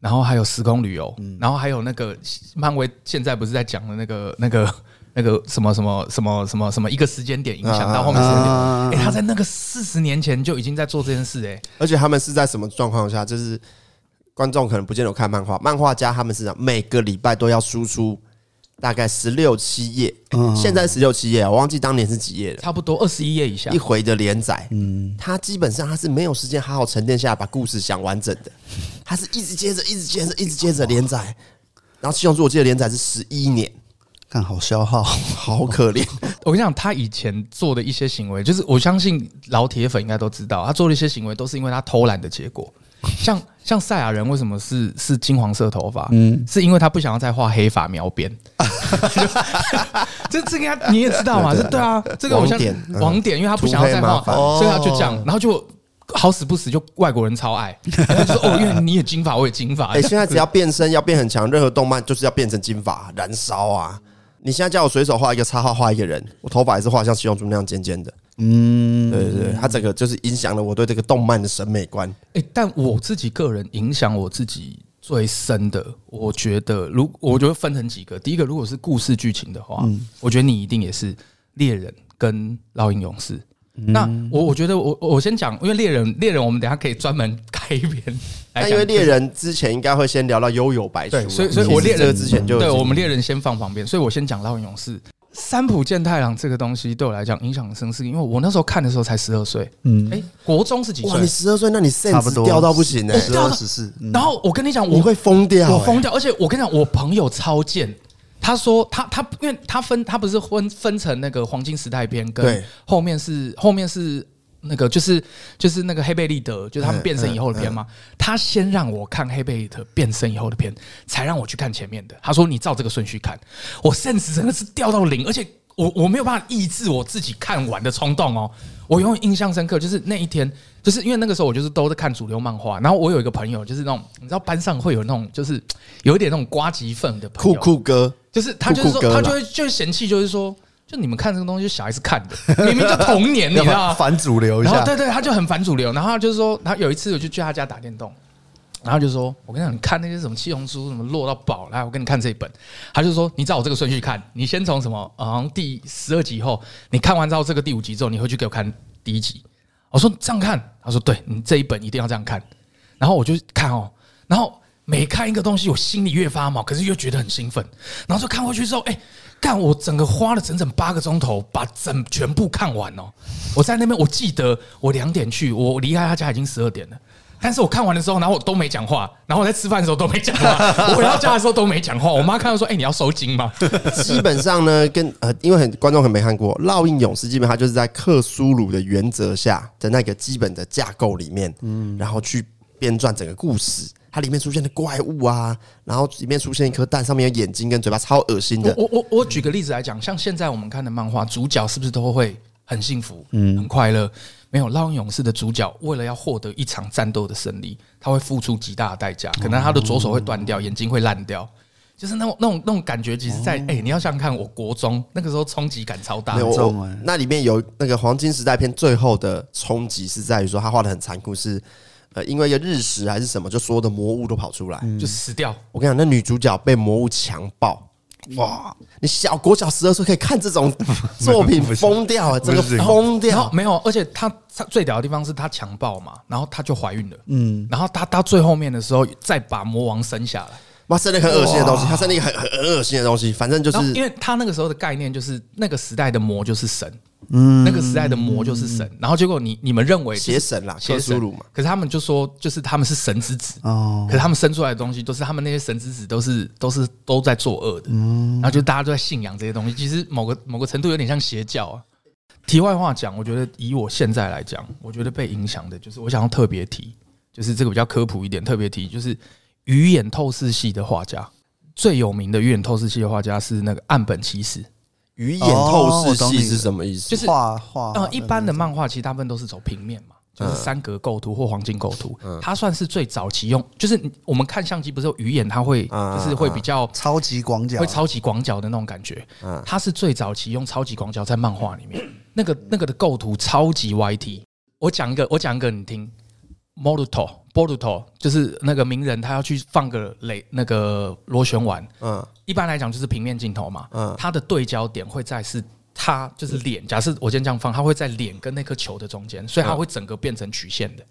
然后还有时空旅游，
嗯
然后还有那个漫威现在不是在讲的那个那个。那个什么什么什么什么什么一个时间点影响到后面时间点，
啊
哎、他在那个四十年前就已经在做这件事、哎，
而且他们是在什么状况下？就是观众可能不见得有看漫画，漫画家他们是每个礼拜都要输出大概十六七页，
嗯
现在十六七页啊，我忘记当年是几页了。
差不多二十一页以下
一，回的连载，嗯，他基本上他是没有时间好好沉淀下来把故事讲完整的，他是一直接着、一直接着、一直接着连载。然后七龙珠我记得连载是十一年，
看好消耗，
好可
哦
怜。
我跟你讲，他以前做的一些行为，就是我相信老铁粉应该都知道，他做的一些行为都是因为他偷懒的结 果。像像赛亚人为什么是是金黄色头发？嗯，是因为他不想要再画黑发 描边。这这个应该你也知道嘛？这对啊，这个我像
网点嗯
网点，因为他不想要再画
涂黑麻，烦
所以他就这样，然后就好死不死就外国人 超爱，然后就说哦，因为你也金发，我也金发
哎、，现在只要变身要变很强，任何动漫就是要变成金发燃烧啊！你现在叫我随手画一个插画，画一个人，我头发也是画像七龙珠那样尖尖的。嗯，对对对，他整个就是影响了我对这个动漫的审美观。
哎、但我自己个人影响我自己最深的，我觉得如我觉得分成几个，第一个如果是故事剧情的话，我觉得你一定也是猎人跟烙印勇士。那我我觉得我我先讲，因为猎人猎人我们等一下可以专门开一篇
那
来讲，
因为猎人之前应该会先聊到悠游白书啊，
哎对，所以所以
其实
我猎
这个
人
之前就已
对
经
我们猎人先放旁边，所以我先讲烙印勇士。三浦健太郎这个东西对我来讲影响很深，是因为我那时候看的时候才十二岁，嗯，哎、国中是几
哇，你
岁？啊
十二岁，那你
差
sense
不多
掉到不行呢、
十二十四，嗯
然后我跟你讲，
你
我
会疯掉、
我
欸
疯掉。而且我跟你讲，我朋友超贱，他说他他因为他分他不是分分成那个黄金时代篇
对
跟后面是后面是那个就是就是那个黑贝利德，就是他们变身以后的片
嗯
吗？他先让我看黑贝利德变身以后的片，才让我去看前面的。他说你照这个顺序看，我 sense 真的是掉到零，而且我我没有办法抑制我自己看完的冲动哦。我永远印象深刻，就是那一天，就是因为那个时候我就是都在看主流漫画，然后我有一个朋友，就是那种你知道班上会有那种就是有一点那种瓜吉粉的朋
酷
友，
酷哥，
就是他就是说
酷酷哥
他
啦
就会就会嫌弃，就是说就你们看这个东西，就小孩子看的， 明明就童年，你知道
要
吗？
反主流一
然后
下，
对对，他就很反主流，然后他就是说，他有一次我就去他家打电动，然后就说，我跟你讲，你看那些什么七龙珠什么落到宝，来，我给你看这一本。他就说，你照我这个顺序看，你先从什么，好像第十二集以后，你看完之后这个第五集之后，你回去给我看第一集。我说这样看，他说对你这一本一定要这样看。然后我就看哦，然后每看一个东西，我心里越发毛，可是又觉得很兴奋。然后就看回去之后，哎、干我整个花了整整八个钟头把整全部看完哦。我在那边，我记得我两点去，我离开他家已经十二点了。但是我看完的时候，然后我都没讲话，然后我在吃饭的时候都没讲话，我回到家的时候都没讲话。我妈看到说：“哎、你要收金吗？”
基本上呢，跟 呃，因为很观众很没看过《烙印勇士》，基本上它就是在克苏鲁的原则下的那个基本的架构里面，嗯，然后去编撰整个故事。它里面出现的怪物啊，然后里面出现一颗蛋，上面有眼睛跟嘴巴，超恶心的。
我我我我举个例子来讲，像现在我们看的漫画，主角是不是都会很幸福，嗯，很快乐？没有《浪勇士》的主角，为了要获得一场战斗的胜利，他会付出极大的代价，可能他的左手会断掉，眼睛会烂掉。就是那种那种那种感觉，其实在，哎、你要想想看，我国中那个时候冲击感超大
没，有，
重
我
欸
那里面有那个黄金时代片最后的冲击是在于说，他画的很残酷，是呃，因为一个日食还是什么，就所有的魔物都跑出来。
就死掉。
我跟你讲，那女主角被魔物强暴，哇！你小国小十二岁可以看这 种作品，疯掉啊，整个疯
然后
掉。
没有，而且她她最屌的地方是她强暴嘛，然后她就怀孕了，嗯，然后她到最后面的时候再把魔王生下来，
妈生了一个很恶心的东西，她生了一个很很很恶心的东西，反正就
然后，因
是
为他那个时候的概念就是那个时代的魔就是神，嗯，那个时代的魔就是神。然后结果你你们认为就是
邪神啦
邪
克苏鲁嘛，
可是他们就说就是他们是神之子，
哦
可是他们生出来的东西都是他们那些神之子都是都是都在作恶的，然后就大家都在信仰这些东西，其实某个某个程度有点像邪教啊。题外话讲，我觉得以我现在来讲，我觉得被影响的就是我想要特别提，就是这个比较科普一点，特别提就是鱼眼透视系的画家，最有名的鱼眼透视系的画家是那个岸本齐史。
鱼眼透视
哦我懂
系
你
是什么意思？
就是
画画
呃，一般的漫画其实大部分都是走平面嘛，就是三格构图或黄金构图，它算是最早期用，就是你我们看相机不是有鱼眼，它会就是会比较
超级广角
会，超级广角的那种感觉。它是最早期用超级广角在漫画里面，那个那个的构图超级 YT。我讲一个，我讲一个你听。Boruto Boruto 就是那个名人，他要去放个雷那个螺旋丸。
嗯
一般来讲就是平面镜头嘛，
嗯
它的对焦点会在是它就是脸。假设我今天这样放，它会在脸跟那颗球的中间，所以它会整个变成曲线的。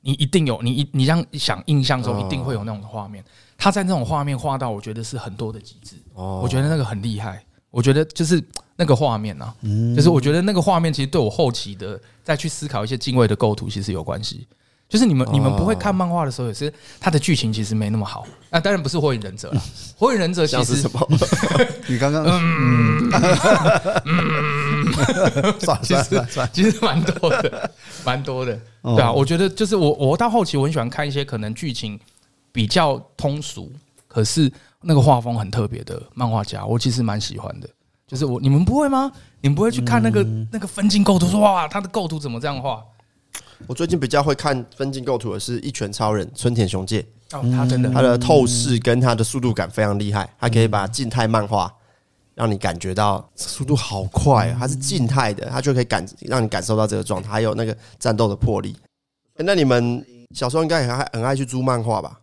你一定有，你一你这样想，印象中一定会有那种画面。他在那种画面画到，我觉得是很多的极致。
哦
我觉得那个很厉害。我觉得就是那个画面啊，就是我觉得那个画面其实对我后期的再去思考一些敬畏的构图，其实有关系。就是你们你们不会看漫画的时候，也是它的剧情其实没那么好。那当然不是火影忍者了，啊火影忍者其
嗯像是
实
什么？
你刚刚
呃
嗯，算了
其
算
实
了算了，
其实蛮多的，蛮多的，对啊，我觉得就是我我到后期我很喜欢看一些可能剧情比较通俗，可是那个画风很特别的漫画家，我其实蛮喜欢的。就是我你们不会吗？你们不会去看那个、那个分镜构图说哇，他的构图怎么这样画？
我最近比较会看分镜构图的是《一拳超人》村田雄介，
哦，他真的
它的透视跟它的速度感非常厉害，它可以把静态漫画让你感觉到速度好快、啊，它是静态的，它就可以感让你感受到这个状态，还有那个战斗的魄力。欸那你们小时候应该很爱很爱去租漫画吧？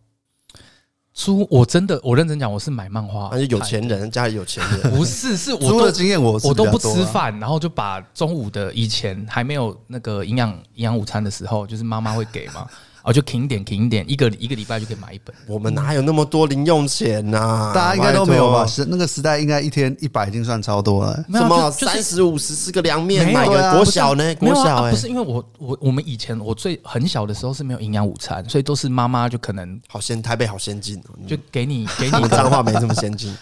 出我真的我认真讲，我是买漫画，
那就 有钱人，家里有钱人，
不是是我
猪
都
的经验我是
我都
比较
不
多啊
吃，饭，然后就把中午的以前还没有那个营养营养午餐的时候，就是妈妈会给嘛， 然后就停一点停一点，一个一个礼拜就可以买一本。
我们哪有那么多零用钱呐、
大家应该都没有吧？
拜
是呃那个时代应该一天一百已经算超多了。
托？
有
什
啊
么
就
三
就是
十五十吃个凉
没
面，
有啊
买个国小呢？
没
国
有
小
啊，啊
欸
哎、
不是因为我我我们以前我最很小的时候是没有营养午餐，所以都是妈妈就可能
好先台北好先进哦，
就给你给 你
我们彰化没这么先进。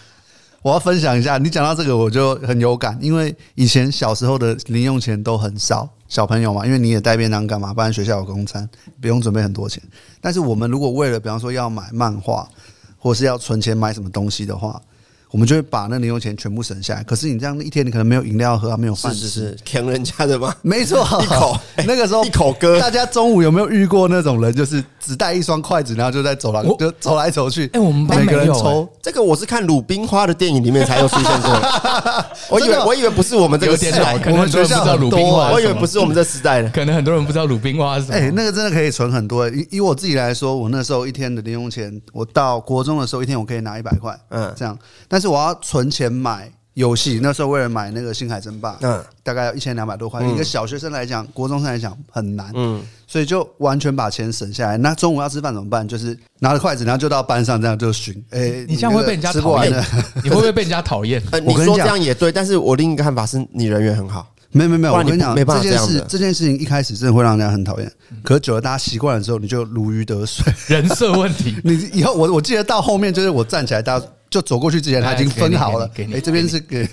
我要分享一下，你讲到这个我就很有感，因为以前小时候的零用钱都很少，小朋友嘛，因为你也带便当干嘛？不然学校有公餐，不用准备很多钱。但是我们如果为了，比方说要买漫画，或是要存钱买什么东西的话，我们就会把那零用钱全部省下来。可是你这样一天，你可能没有饮料喝啊，没有
是
饭吃，
是是，坑人家的吗？
没错，
一口
那个时候
一口歌
大家中午有没有遇过那种人，就是只带一双筷子，然后就在走廊
我
就走来走去？
哎我们班
每个人
没有
抽，
这个我是看鲁冰花的电影里面才有出现过的， 我以
真
为
的哦
我以为不是我们这个
有
时
点
代
老，可能很多人不知道鲁冰花
我
是
以
什
为
么，
不是我们这时代的。
可能很多人不知道鲁冰花是什么。
哎、那个真的可以存很多、以以我自己来说，我那时候一天的零用钱，我到国中的时候一天我可以拿一百块，
嗯
嗯，这样。但是我要存钱买游戏，那时候为了买那个《星海争霸》，
嗯
嗯，大概一千两百多块。一个小学生来讲，国中生来讲很难，
嗯
嗯，所以就完全把钱省下来。那中午要吃饭怎么办？就是拿着筷子，然后就到班上这样就寻，哎、
你这样会被人家
吃不
讨
完
厌
的。，
你会不会被人家讨厌？
呃，
我跟
你
你
说这
讲
样也对，但是我另一个看法是你人缘很好，
没有没有没有，
不
我
然你
跟你讲，
没办法
这件
这样
事
的
这件事情一开始真的会让人家很讨厌，可是久了大家习惯了之后，你就如鱼得水。。
人设问题
你以后我我记得到后面就是我站起来，大家就走过去之前，他已经分好了。
给你给你给
哎，
你
这边是给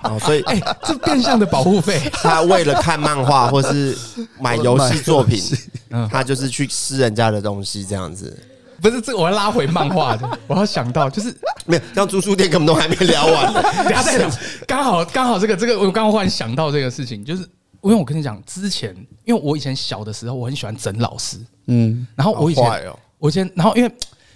啊，所以
哎、这变相的保 护费，
他为了看漫画或是买游戏作 品，
嗯
他就是去撕人家的东西这样子。
不是这我要拉回漫画的，我要想到就是
没有，像租书店根本都还没聊 完。
等一下再聊。刚好刚好这个这个，我刚刚忽然想到这个事情，就是因为我跟你讲，之前因为我以前小的时候，我很喜欢整老师，嗯，然后我以前、
好坏哦
我以前，然后因为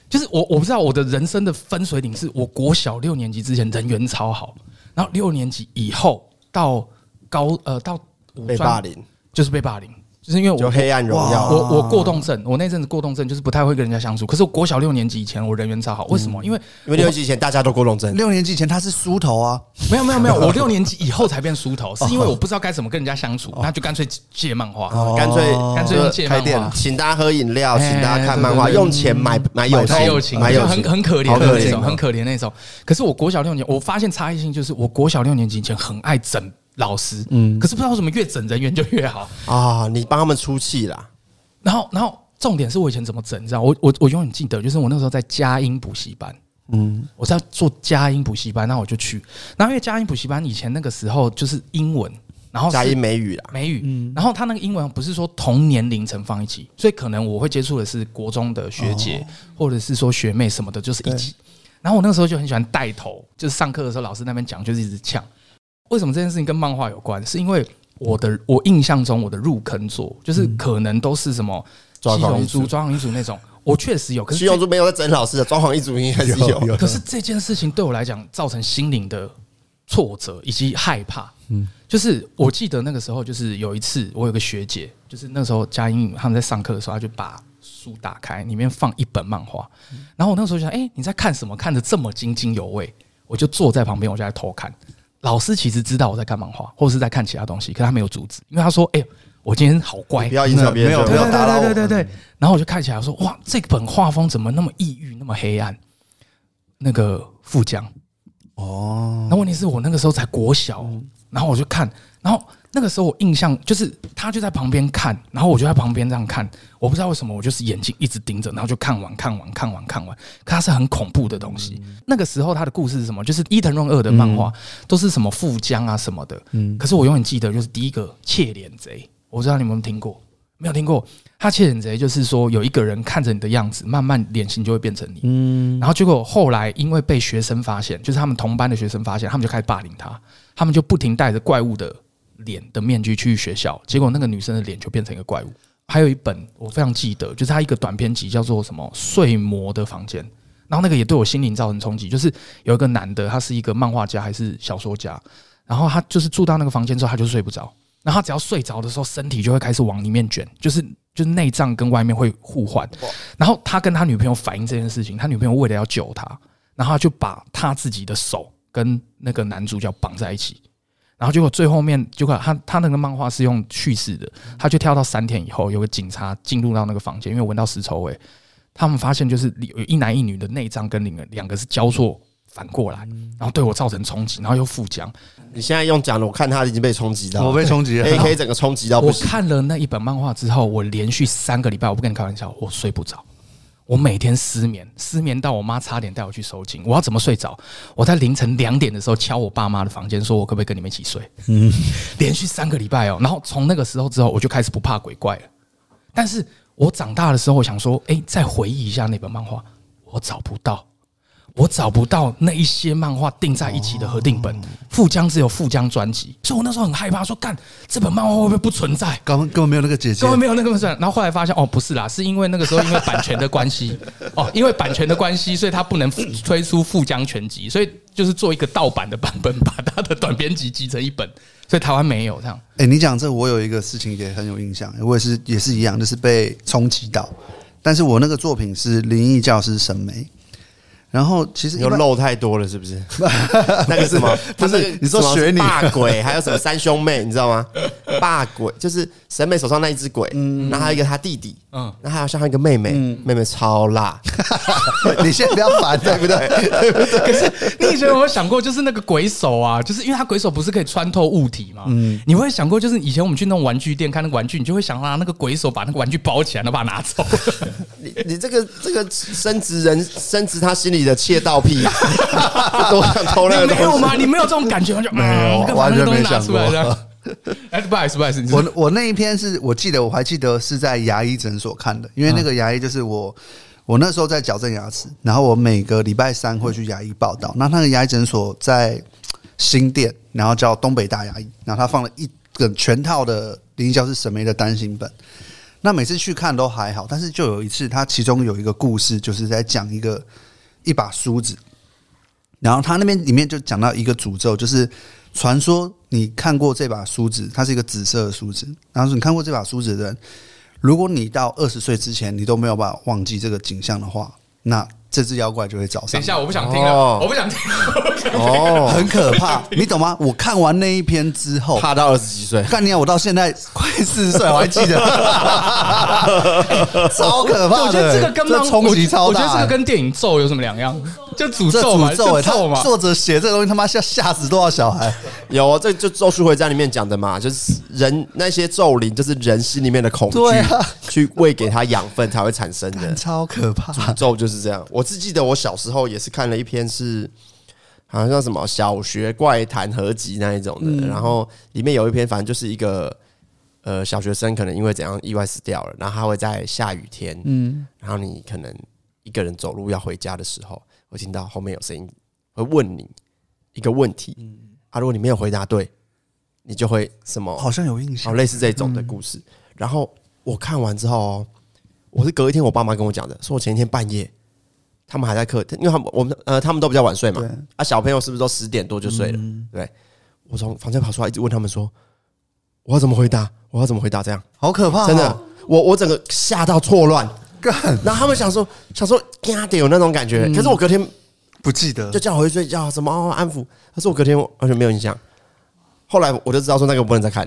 就是我我不知道我的人生的分水岭是我国小六年级之前人缘超好，然后六年级以后到高呃到 五
被
专
霸凌，
就是被霸凌，就是因为我
就黑暗荣耀，
我我过动症，我那阵子过动症就是不太会跟人家相处。可是我国小六年级以前，我人缘超好，为什
嗯
么？因为
因为六年级以前大家都过动症，
六年级前他是梳头啊，
没有没有没有，我六年级以后才变梳头，是因为我不知道该怎么跟人家相
哦
处，那就干脆借漫画。
干脆
干脆用借
开
漫
店
画，
请大家喝饮料，
哎
哦请大家看
对
漫画，
对对嗯
用钱买买友
太有
情，
情，
买友
就很
情，
很可
好可
怜的那
怜哦
种，很可怜那种。可是我国小六年，我发现差异性就是，我国小六年级以前很爱整老师，嗯，可是不知道为什么越整人缘就越好。
啊！你帮他们出气啦，
然后，然后重点是我以前怎么整，你知道？我我我永远记得，就是我那时候在佳音补习班，嗯，我在做佳音补习班，那我就去。然后因为佳音补习班以前那个时候就是英文，然哦后是
加一美语啦，啊
美语，
嗯
然后他那个英文不是说同年龄层放一起，所以可能我会接触的是国中的学姐、
哦
或者是说学妹什么的，就是一起。然后我那个时候就很喜欢带头，就是上课的时候老师那边讲就是一直呛。为什么这件事情跟漫画有关？是因为我
嗯
的我印象中我的入坑作就是可能都是什么
抓
七
狂一
龙
族
珠、抓狂一族 那种，我确实有，可是
七
这
龙珠没有在整老师的，装潢一族应该是有。
有
可是这件事情对我来讲造成心灵的挫折以及害怕。嗯，就是我记得那个时候，就是有一次我有个学姐，就是那时候佳音他们在上课的时候，她就把书打开，里面放一本漫画，然后我那时候就想，哎、你在看什么？看得这么津津有味，我就坐在旁边，我就在偷看。老师其实知道我在看漫画，或是在看其他东西，可他没有阻止，因为他说：“哎、我今天好乖，
不要影响别人，
没有
不
没
要
有
打扰我。
对对对对对。然后我就看起来说，哇，这本画风怎么那么抑郁，那么黑暗？那个富江哦，嗯那问题是我那个时候才国小，然后我就看，然后那个时候我印象就是他就在旁边看，然后我就在旁边这样看，我不知道为什么我就是眼睛一直盯着，然后就看完看完看完看完，可它是很恐怖的东西。那个时候他的故事是什么？就是伊藤润二的漫画、都是什么富江啊什么的，可是我永远记得就是第一个窃脸贼，我不知道你们有没有听过。没有听过。他窃人贼就是说，有一个人看着你的样子，慢慢脸型就会变成你。嗯，然后结果后来因为被学生发现，就是他们同班的学生发现，他们就开始霸凌他，他们就不停戴着怪物的脸的面具去学校，结果那个女生的脸就变成一个怪物。还有一本我非常记得，就是他一个短篇集叫做什么《睡魔的房间》，然后那个也对我心灵造成冲击，就是有一个男的，他是一个漫画家还是小说家，然后他就是住到那个房间之后，他就睡不着。然后他只要睡着的时候，身体就会开始往里面卷，就是就是内脏跟外面会互换。然后他跟他女朋友反映这件事情，他女朋友为了要救他，然后他就把他自己的手跟那个男主角绑在一起。然后结果最后面，结果他他那个漫画是用叙事的，他就跳到三天以后，有个警察进入到那个房间，因为闻到尸臭味，他们发现就是有一男一女的内脏跟两个两个是交错反过来，然后对我造成冲击，然后又复僵。
你现在用讲的，我看他已经被冲击到了，
我被冲击了
A K 整个哦冲击到不
我
行。
看了那一本漫画之后，我连续三个礼拜，我不跟你开玩笑，我睡不着。我每天失眠，失眠到我妈差点带我去收金。我要怎么睡着？我在凌晨两点的时候敲我爸妈的房间，说我可不可以跟你们一起睡？嗯，连续三个礼拜哦。然后从那个时候之后，我就开始不怕鬼怪了。但是我长大的时候，我想说，哎，再回忆一下那本漫画，我找不到。我找不到那一些漫画订在一起的合订本，富江只有富江专辑，所以我那时候很害怕，说干这本漫画会不会不存在？
根本根本没有那个姐姐
根，本没有那个算。然后后来发现哦，不是啦，是因为那个时候因为版权的 关系哦，因为版权的关系，所以他不能推出富江全集，所以就是做一个盗版的版本，把他的短篇集集成一本，所以台湾没有这样。
哎、你讲这我有一个事情也很有印象，我也是也是一样，就是被冲击到。但是我那个作品是《灵异教师沈眉》，然后其实
你
一
又
般
漏太多了，是不是？那个什么，
不是
他那个
你说
什么
学你
霸鬼，还有什么三兄妹，你知道吗？霸鬼就是审美手上那一只鬼，然后还有一个他弟弟，嗯
嗯，
然后还有像他一个妹妹，
嗯
妹妹超辣，
你先不要烦，对 不对？
可是你以前有没有想过，就是那个鬼手啊，就是因为他鬼手不是可以穿透物体嘛？
嗯
你会想过，就是以前我们去那种玩具店看那个玩具，你就会想拿那个鬼手把那个玩具包起来，然后把它 拿走。
你你这个这个深植人深植他心里的窃盗癖，啊 都想偷那个
你没有
东西。
吗？你没有这种感觉吗？就没
有
把
完全
那个东西
没
拿
想
出来
过
这样。 哎，不好意思，不好意思，你是
我我那一篇是我记得我还记得是在牙医诊所看的，因为那个牙医就是我。我那时候在矫正牙齿，然后我每个礼拜三会去牙医报道。那那个牙医诊所在新店，然后叫东北大牙医，然后他放了一个全套的林教师沈眉的单行本。那每次去看都还好，但是就有一次，他其中有一个故事，就是在讲一个一把梳子，然后他那边里面就讲到一个诅咒，就是传说你看过这把梳子，它是一个紫色的梳子，然后说你看过这把梳子的人，如果你到二十岁之前你都没有办法忘记这个景象的话，那这只妖怪就会找
等
上
一
你。
下，我不想听了
哦，
我不想听了，我不想听了。
哦，
很可怕，你懂吗？我看完那一篇之后，
怕到二十几岁，
干你、啊！我到现在快四十岁，我还记得， 超可怕的。
我觉得这个跟
这冲击超
我
大
觉
欸、
得这个跟电影咒有什么两样？就诅
这
咒嘛，
诅咒
就
哎、
咒嘛
他。作者写这个东西，他妈吓吓死多少小孩？
有啊，这就《咒术回战》里面讲的嘛，就是人那些咒灵，就是人心里面的恐惧
对啊，
去喂给它养分才会产生的。
超可怕！
咒就是这样。我是记得我小时候也是看了一篇是。好像叫什么小学怪谈合集那一种的，然后里面有一篇，反正就是一个呃小学生可能因为怎样意外死掉了，然后他会在下雨天，嗯，然后你可能一个人走路要回家的时候，会听到后面有声音会问你一个问题，啊，如果你没有回答对，你就会什么
好像有印
好
象，
类似这种的
嗯
故事。然后我看完之后、哦，我是隔一天我爸妈跟我讲的，说我前一天半夜他们还在客，因为他们我们呃他们都比较晚睡嘛
对，嗯
啊小朋友是不是都十点多就睡了？对，我从房间跑出来一直问他们说，我要怎么回答？我要怎么回答？这样
好可怕、哦
真的，，我我整个吓到错乱。
干嗯
然后他们想说想说嘎的有那种感觉，可是我隔天
不记得
就。叫我回去睡觉，什么、哦安抚。他说我隔天完全没有印象。后来我就知道说那个我不能再看，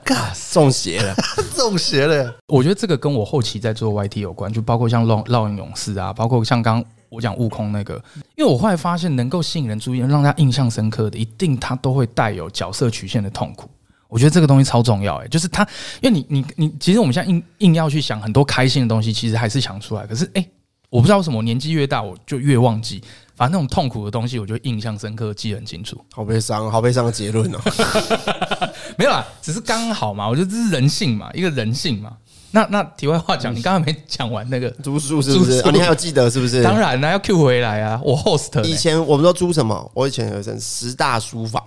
中邪了。
中邪了，
我觉得这个跟我后期在做 YT 有关，就包括像烙烙印勇士啊，包括像刚我讲悟空那个，因为我后来发现能够吸引人注意、让他印象深刻的，一定他都会带有角色曲线的痛苦。我觉得这个东西超重要、欸，就是他，因为你你你，其实我们现在硬硬要去想很多开心的东西，其实还是想出来，可是哎、欸我不知道为什么我年纪越大，我就越忘记，反正那种痛苦的东西，我就会印象深刻，记得很清楚。
好悲伤，好悲伤的结论 哦。
没有啦，只是刚好嘛，我觉得这是人性嘛，一个人性嘛。那那题外话讲，你刚刚没讲完那个，
猪树是不是？
猪
啊，你还有记得是不是？
当，然啦，要 Q 回来啊，我 host 呢
以前我们都租什么？我以前有一阵十大书房，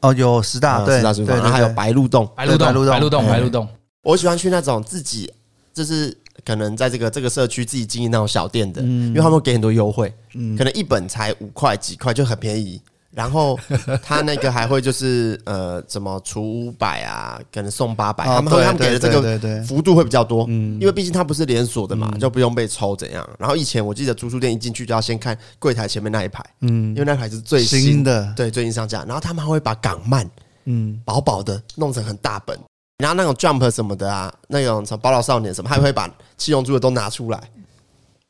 哦，有十大
啊
对
十大书
对
房，
对，
然后还有
对
白鹿洞。
白鹿洞
对白鹿洞
白鹿洞
嗯
白鹿洞，
我喜欢去那种自己就是可能在这个这个社区自己经营那种小店的，
嗯
因为他们会给很多优惠，可能一本才五块几块就很便宜。然后他那个还会就是 呃，怎么除五百啊，可能送八百，
哦
他们会
对
他们给的这
对对对
个
对嗯
幅度会比较多，因为毕竟它不是连锁的嘛，就不用被抽怎样。然后以前我记得租书店一进去就要先看柜台前面那一排，因为那排是最
嗯新的
对，最近上架。然后他们还会把港漫，嗯，薄薄的弄成很大本，然后那种 Jump 什么的啊，那种什么《宝岛少年》什么，还会把七龙珠的都拿出来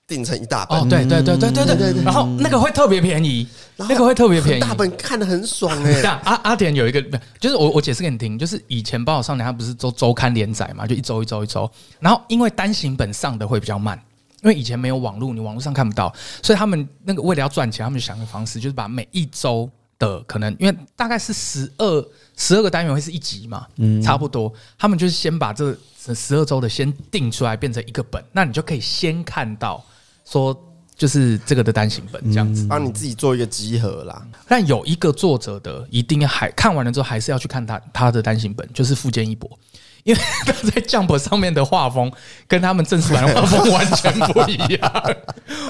订成一大本。
哦，对对对对对对对，然后那个会特别便宜，
然
那
后
个会特别便
很
宜。
大本看的很爽 哎、
那阿阿田有一个，就是我我解释给你听，就是以前《宝岛少年》它不是周周刊连载嘛，就一周一周一周，然后因为单行本上的会比较慢，因为以前没有网络，你网络上看不到，所以他们那个为了要赚钱，他们想的方式就是把每一周的可能，因为大概是十二十二个单元会是一集嘛，差不多，他们就是先把这十二周的先定出来变成一个本，那你就可以先看到说就是这个的单行本这样子。
帮你自己做一个集合啦。
但有一个作者的，一定要还看完了之后，还是要去看他他的单行本，就是富坚义博， 因为他在 Jump 上面的画风跟他们正式版的画风完全不一样，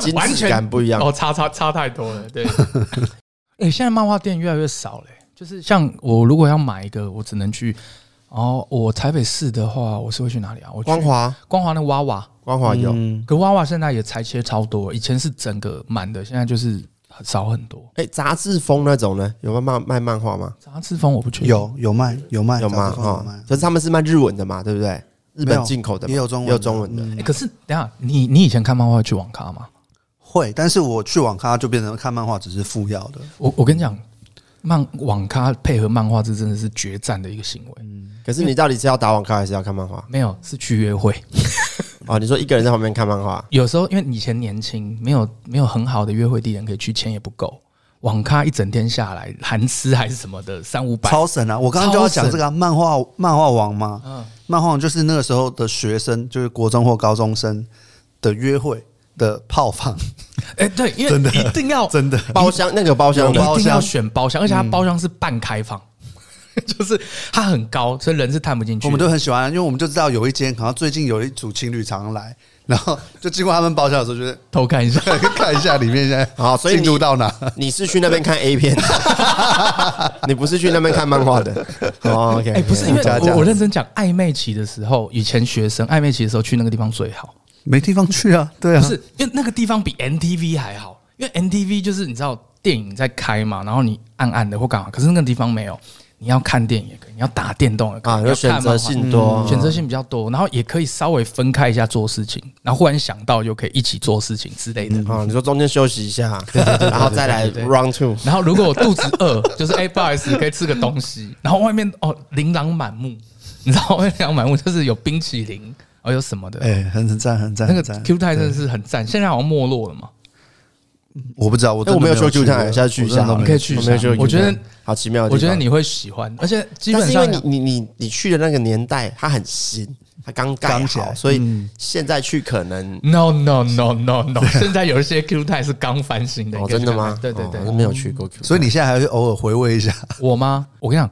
精
完
致
全
感不一样
哦，差差差太多了。 对，哎、现在漫画店越来越少嘞、就是像我如果要买一个，我只能去。哦，我台北市的话，我是会去哪里啊？我去
光华，
光华那娃娃，
光华有，
嗯，
可娃娃现在也裁切超多，以前是整个满的，现在就是少很多。
哎，杂志风那种呢，有卖漫卖漫画吗？
杂志风我不确定，
有有卖有哦卖
有吗？哦
早知道有卖
哈，可是他们是卖日文的嘛，对不对？日
没
本
有
进口的嘛
也有中文
也
的
有中文的，
欸、可是等一下，你你以前看漫画会去网咖吗？
会，但是我去网咖就变成看漫画只是附要的，
我我跟你讲，漫网咖配合漫画，这真的是决战的一个行为。
嗯
可是你到底是要打网咖还是要看漫画？
没有是去约会，
哦，你说一个人在旁边看漫 画，
有时候因为以前年轻，没有没有很好的约会地点可以去，钱也不够，网咖一整天下来，含吃还是什么的，三五百。
超神啊！我刚刚就要讲这个啊、漫画漫画王嘛，
嗯
漫画王就是那个时候的学生，就是国中或高中生的约会的 泡房，
哎、对，因为
真的
一定要
真的
包厢那个包厢
有
的
包厢嗯
一定要选包厢，而且它包厢是半开放， 就是它很高，所以人是探不进去的。
我们都很喜欢，因为我们就知道有一间，好像最近有一组情侣常来，然后就经过他们包厢的时候，就是
偷看一下。
看一下里面现在
好所以你
进度到哪。
你是去那边看 A 片， 你不是去那边看漫画的。 哦，OK，
哎、不是因为
这样这
我
样
我认真讲，暧昧期的时候，以前学生暧昧期的时候去那个地方最好，
没地方去啊，对啊，
不
嗯
是因为那个地方比 NTV 还好，因为 NTV 就是你知道电影在开嘛，然后你暗暗的或干嘛，可是那个地方没有，你要看电影也可以，你要打电动也可以，
啊，
你
有
要
选
看
择
漫画嗯
性多，嗯
选择性比较多，然后也可以稍微分开一下做事情，然后忽然想到就可以一起做事情之类的。
啊，你说中间休息一下，然后再来 round two，
然后如果我肚子饿， 就是哎、不好意思，可以吃个东西。然后外面哦，琳琅满目，你知道外面琳琅满目就是有冰淇淋，哦有什么的，
哎，很很赞，很赞，
那个
很赞
Q 太真的是很赞，现在好像没落了嘛。
我不知道，我
哎，
真
我
的
没有
去
说 Q
过
探，下次去一
我
下
真的
好
都
了，
你可以去一下
我没有去过 Q
啊我觉得
探好奇哦妙的地
我
方，
觉得你会喜欢，而且基
但
本
是因为
上
你你你你去的那个年代，它很新，它刚盖
刚起
好，
来
所
嗯
以现在去可能
no no no no no，现在有一些 Q 太是刚翻新的，
哦，
你可以
真
去
的
看
吗
看？对对对
哦，我没有去过 Q，
所以你现在还会偶尔回味一下，
我吗？我跟你讲，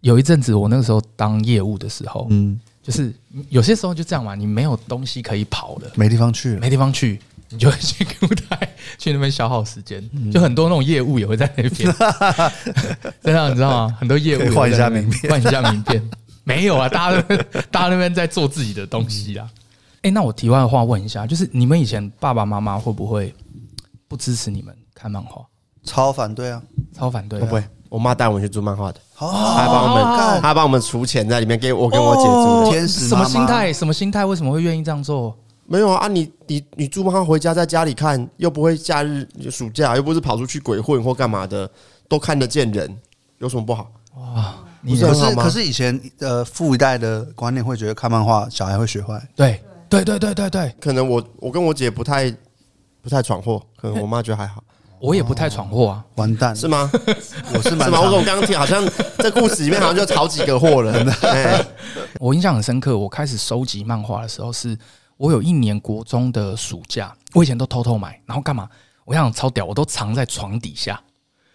有一阵子我那个时候当业务的时候，嗯，就是有些时候就这样嘛，你没有东西可以跑了，
没地方去了，
没地方去，你就会去 Q 台去那边消耗时间，就很多那种业务也会在那 边，真的你知道吗？很多业务
可以换一下
也会在那边
名片
换一下名片，没有啊，大家都大家那边在做自己的东西啊。哎、那我题外话问一下，就是你们以前爸爸妈妈会不会不支持你们看漫画？
超反对啊，
超反对、
不会，我妈带我们去做漫画的，
好
她帮我们，她帮我们储钱在里面，给我跟我姐住的。
天使
哦什
妈
么
妈
心态？什么心态？为什么会愿意这样做？
没有啊，你你你住漫画回家，在家里看，又不会假日暑假，又不是跑出去鬼混或干嘛的，都看得见人，有什么不好？
你
不是
可
很好
是
吗
可是以前呃父一代的观念会觉得看漫画小孩会学坏，
对对对对对对，
可能我我跟我姐不太不太闯祸，可能我妈觉得还 好，
我也不太闯祸啊。
完蛋，
是吗？
我是蛮
是吗？我
常
我刚刚听，好像这故事里面好像就好几个货了。哎
我印象很深刻，我开始收集漫画的时候是，我有一年国中的暑假，我以前都偷偷买，然后干嘛？我想超屌，我都藏在床底下，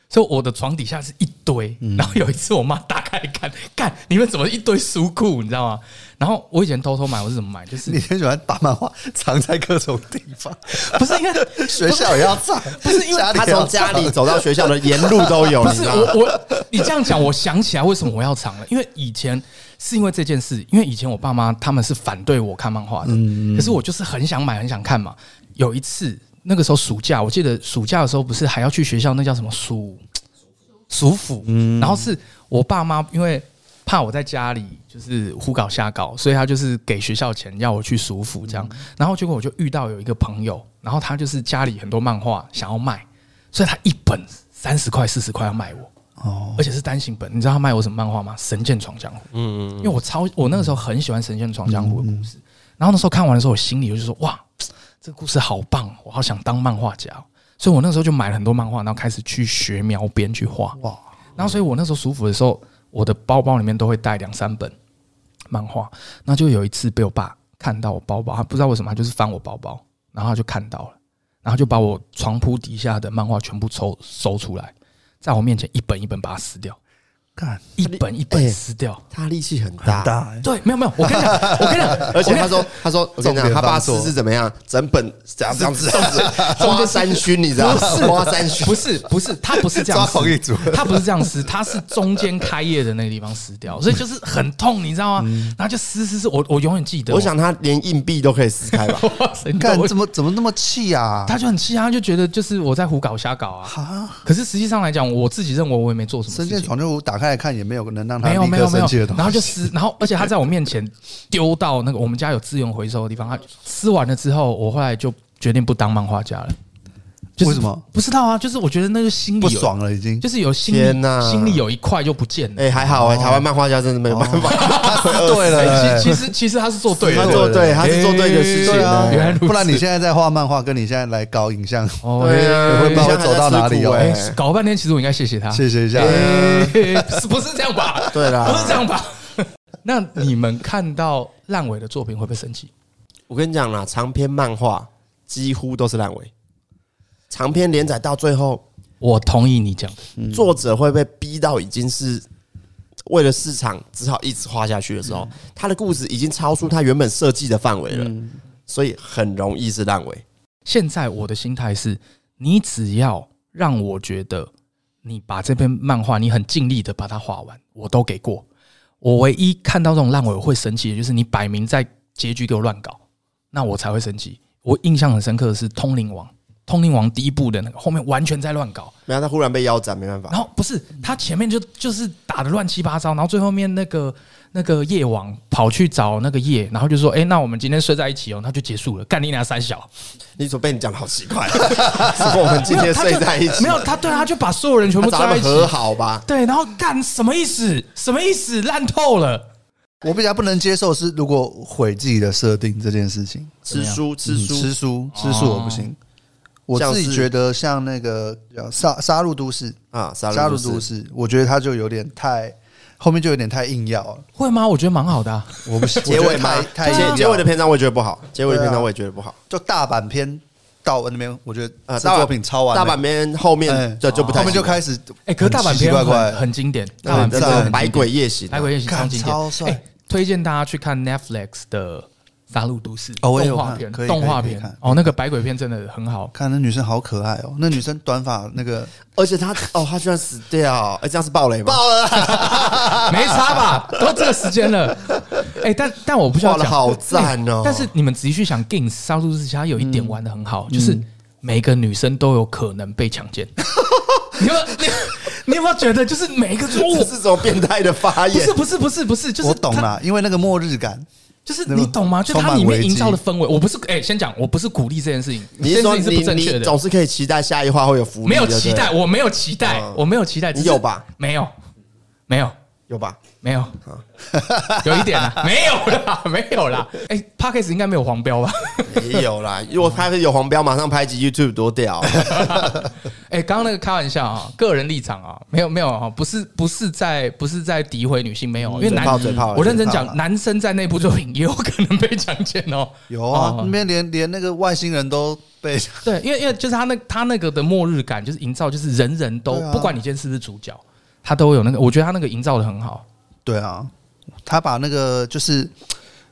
所以我的床底下是一堆。然后有一次我妈打开看，看你们怎么一堆书库，你知道吗？然后我以前偷偷买，我是怎么买？就是
你很喜欢把漫画藏在各种地 方，
不是因为
学校也要藏，不
是因为
家 里
他
也要
从家里走到学校的沿路都有，
不
哦你
是
知道吗？
我我你这样讲，我想起来为什么我要藏了，因为以前是因为这件事，因为以前我爸妈他们是反对我看漫画的，
嗯
可是我就是很想买，很想看嘛。有一次那个时候暑假，我记得暑假的时候不是还要去学校那叫什么暑暑府，
嗯
然后是我爸妈因为。怕我在家里就是胡搞瞎搞，所以他就是给学校钱要我去暑府这样，
嗯
然后结果我就遇到有一个朋友，然后他就是家里很多漫画想要卖，所以他一本三十块、四十块要卖我，
哦，
而且是单行本。你知道他卖我什么漫画吗？《神剑闯江湖》。嗯，因为我超我那个时候很喜欢《神剑闯江湖》的故事，然后那时候看完的时候，我心里我就说哇，这个故事好棒，哦我好想当漫画家哦。所以我那时候就买了很多漫画，然后开始去学描边去画。
哇，
然后所以我那时候舒服的时候，我的包包里面都会带两三本漫画。那就有一次被我爸看到我包包，他不知道为什么，他就是翻我包包，然后他就看到了，然后就把我床铺底下的漫画全部抽搜出来，在我面前一本一本把它撕掉，
干
一本一
哎
本撕掉。
他力气很大
很，大欸，
对，没有没有，我跟你讲，我跟你讲，
而且他说他说我跟你
重
讲，
点
他爸
放错
撕是怎么样，整本这样这样子这样子花山熏，你知道吗？花山熏
不是不是，他不是这样
抓
撕
狂一族，
他不是这样撕，他是中间开页的那个地方撕掉，所以就是很痛，你知道吗？然后就撕撕撕，我我永远记得。
嗯我，想他连硬币都可以撕开吧？
哇塞，你知道
干
我
怎么怎么那么气啊？
他就很气啊，他就觉得就是我在胡搞瞎搞啊。
啊，
可是实际上来讲，我自己认为我也没做什么事
深圳
情。
闯六五打开来看也没有能让他
没有
啊立
没
刻
有没
生
有
气的东，西，
然后 就撕，然后而且他在我面前丢到那个我们家有资源回收的地方，他撕完了之后，我后来就决定不当漫画家了。就是
为什么？
不知道啊，就是我觉得那个心里
不
有
爽了已经。
就是有心
天哪
里心里有一块就不见了。
哎，还
哦
好哎，台湾漫画家真的没有办法，会饿
对了啊
哎
哎
其其实其实他是做对
他
了，
做对，他是做对的事情
对啊
哎，
原来如此
不然你现在在画漫画，跟你现在来搞影像，
哦
对啊，
也不知道会走到哪里哦
哎
哎搞了半天，其实我应该谢谢他，
谢谢一下。
哎是 不是这样吧？
哎
对啦
不是这样吧？ 那你们看到烂尾的作品会不会生气？
我跟你讲啦，长篇漫画几乎都是烂尾，长篇连载到最后，
我同意你讲的，
作者会被逼到已经是为了市场只好一直画下去的时候，他的故事已经超出他原本设计的范围了，所以很容易是烂尾。
现在我的心态是，你只要让我觉得你把这篇漫画你很尽力的把它画完，我都给过。我唯一看到这种烂尾我会生气的就是你摆明在结局给我乱搞，那我才会生气。我印象很深刻的是《通灵王》，《通灵王》第一部的那个后面完全在乱搞，
然后他忽然被腰斩，没办
然
法。
后不是他前面就就是打的乱七八糟，然后最后面那个那个夜王跑去找那个夜，然后就说：“哎、那我们今天睡在一起哦。”那就结束了，干你俩三小。
你所被你讲的好奇怪，只不过我们今
没
天
有他就
睡在一起，
没有他，对他就把所有人全
他
部
找
抓
他
在
们
一起，
和好吧？
对，然后干什么意思？什么意思？烂透了。
我比较不能接受是如果毁自己的设定这件事情，
吃书吃
嗯
书，哦
吃书吃素我不行。我
像
自己
是
觉得像那个叫杀杀戮都市
啊杀戮
杀
都
戮都
市
市，我觉得他就有点太后面就有点太硬要了，
会吗？我觉得蛮好的、啊，
我 不行。
结
我觉
尾
得
吗？
太太硬
结
要
结尾的篇章我也觉得不好，结尾的
对啊
篇章我也觉得不好。
就大阪篇到那边，我觉得
呃，
这
大
作
阪
品超完美，
大阪篇后
哎
面这就不太行
后
了，
面就开始
哎、可是大阪
奇奇
片
怪
很
怪，
很经典，大
那
阪
你知
片
真的
道
很
百鬼夜行啊，
百鬼夜行超
看
经典，
超帅
哎推荐大家去看 Netflix 的《杀戮都市》
哦我也有
动画
看
片，
可以
动画
可以可以
片
看
哦，那个百鬼片真的很好。
看那女生好可爱哦，那女生短发那个
而且他哦，他居然死掉，哎，这样是暴雷吗？爆
啊
了，
没差吧？都这个时间 了，哎、但但我不需要
画得
讲
好赞哦
哎但是你们仔细去想，Games 杀戮之家有一点玩的很
嗯
好，就是每个女生都有可能被强 奸。你有没有你你有没有觉得，就是每一个错误
这？是什么变态的发
不
言
是？不是不是不是，就是
我懂
它，
啦，因为那个末日感，
就是
那个
你懂吗？就
充
它
满
里面
危
营造
机
的氛围，我不是哎、先讲，我不是鼓励这件事情，
你是
这件
说
事情是不
你
正确
你
的，
总是可以期待下一话会有福利，
没有
对不对
期待，我没有期待，
嗯
我没有期待，
你
只是
有吧？
没有，没有。
有吧？
没有，有一点啦，没有啦，没有啦。哎、p o d c a s t 应该没有黄标吧？
没有啦，如果拍个有黄标，马上拍集 YouTube 多屌啊！
哎、刚刚那个开玩笑啊，个人立场啊，没有没有啊，不是不是在不是在诋毁女性，没有，因为
嘴
男
炮嘴炮
我认
嘴
真
炮
讲，男生在那部作品也有可能被强奸哦。
有啊，
哦
那边连连那个外星人都被
对，因为因为就是他那他那个的末日感，就是营造，就是人人都、
对啊
不管你今天是不是主角，他都有那个，我觉得他那个营造的很好。
对啊，他把那个就是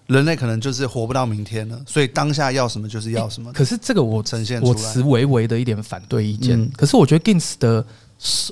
人类可能就是活不到明天了，所以当下要什么就是要什么。
可是这个我
呈现出来
我持微微的一点反对意见。
嗯
可是我觉得 Gins 的呃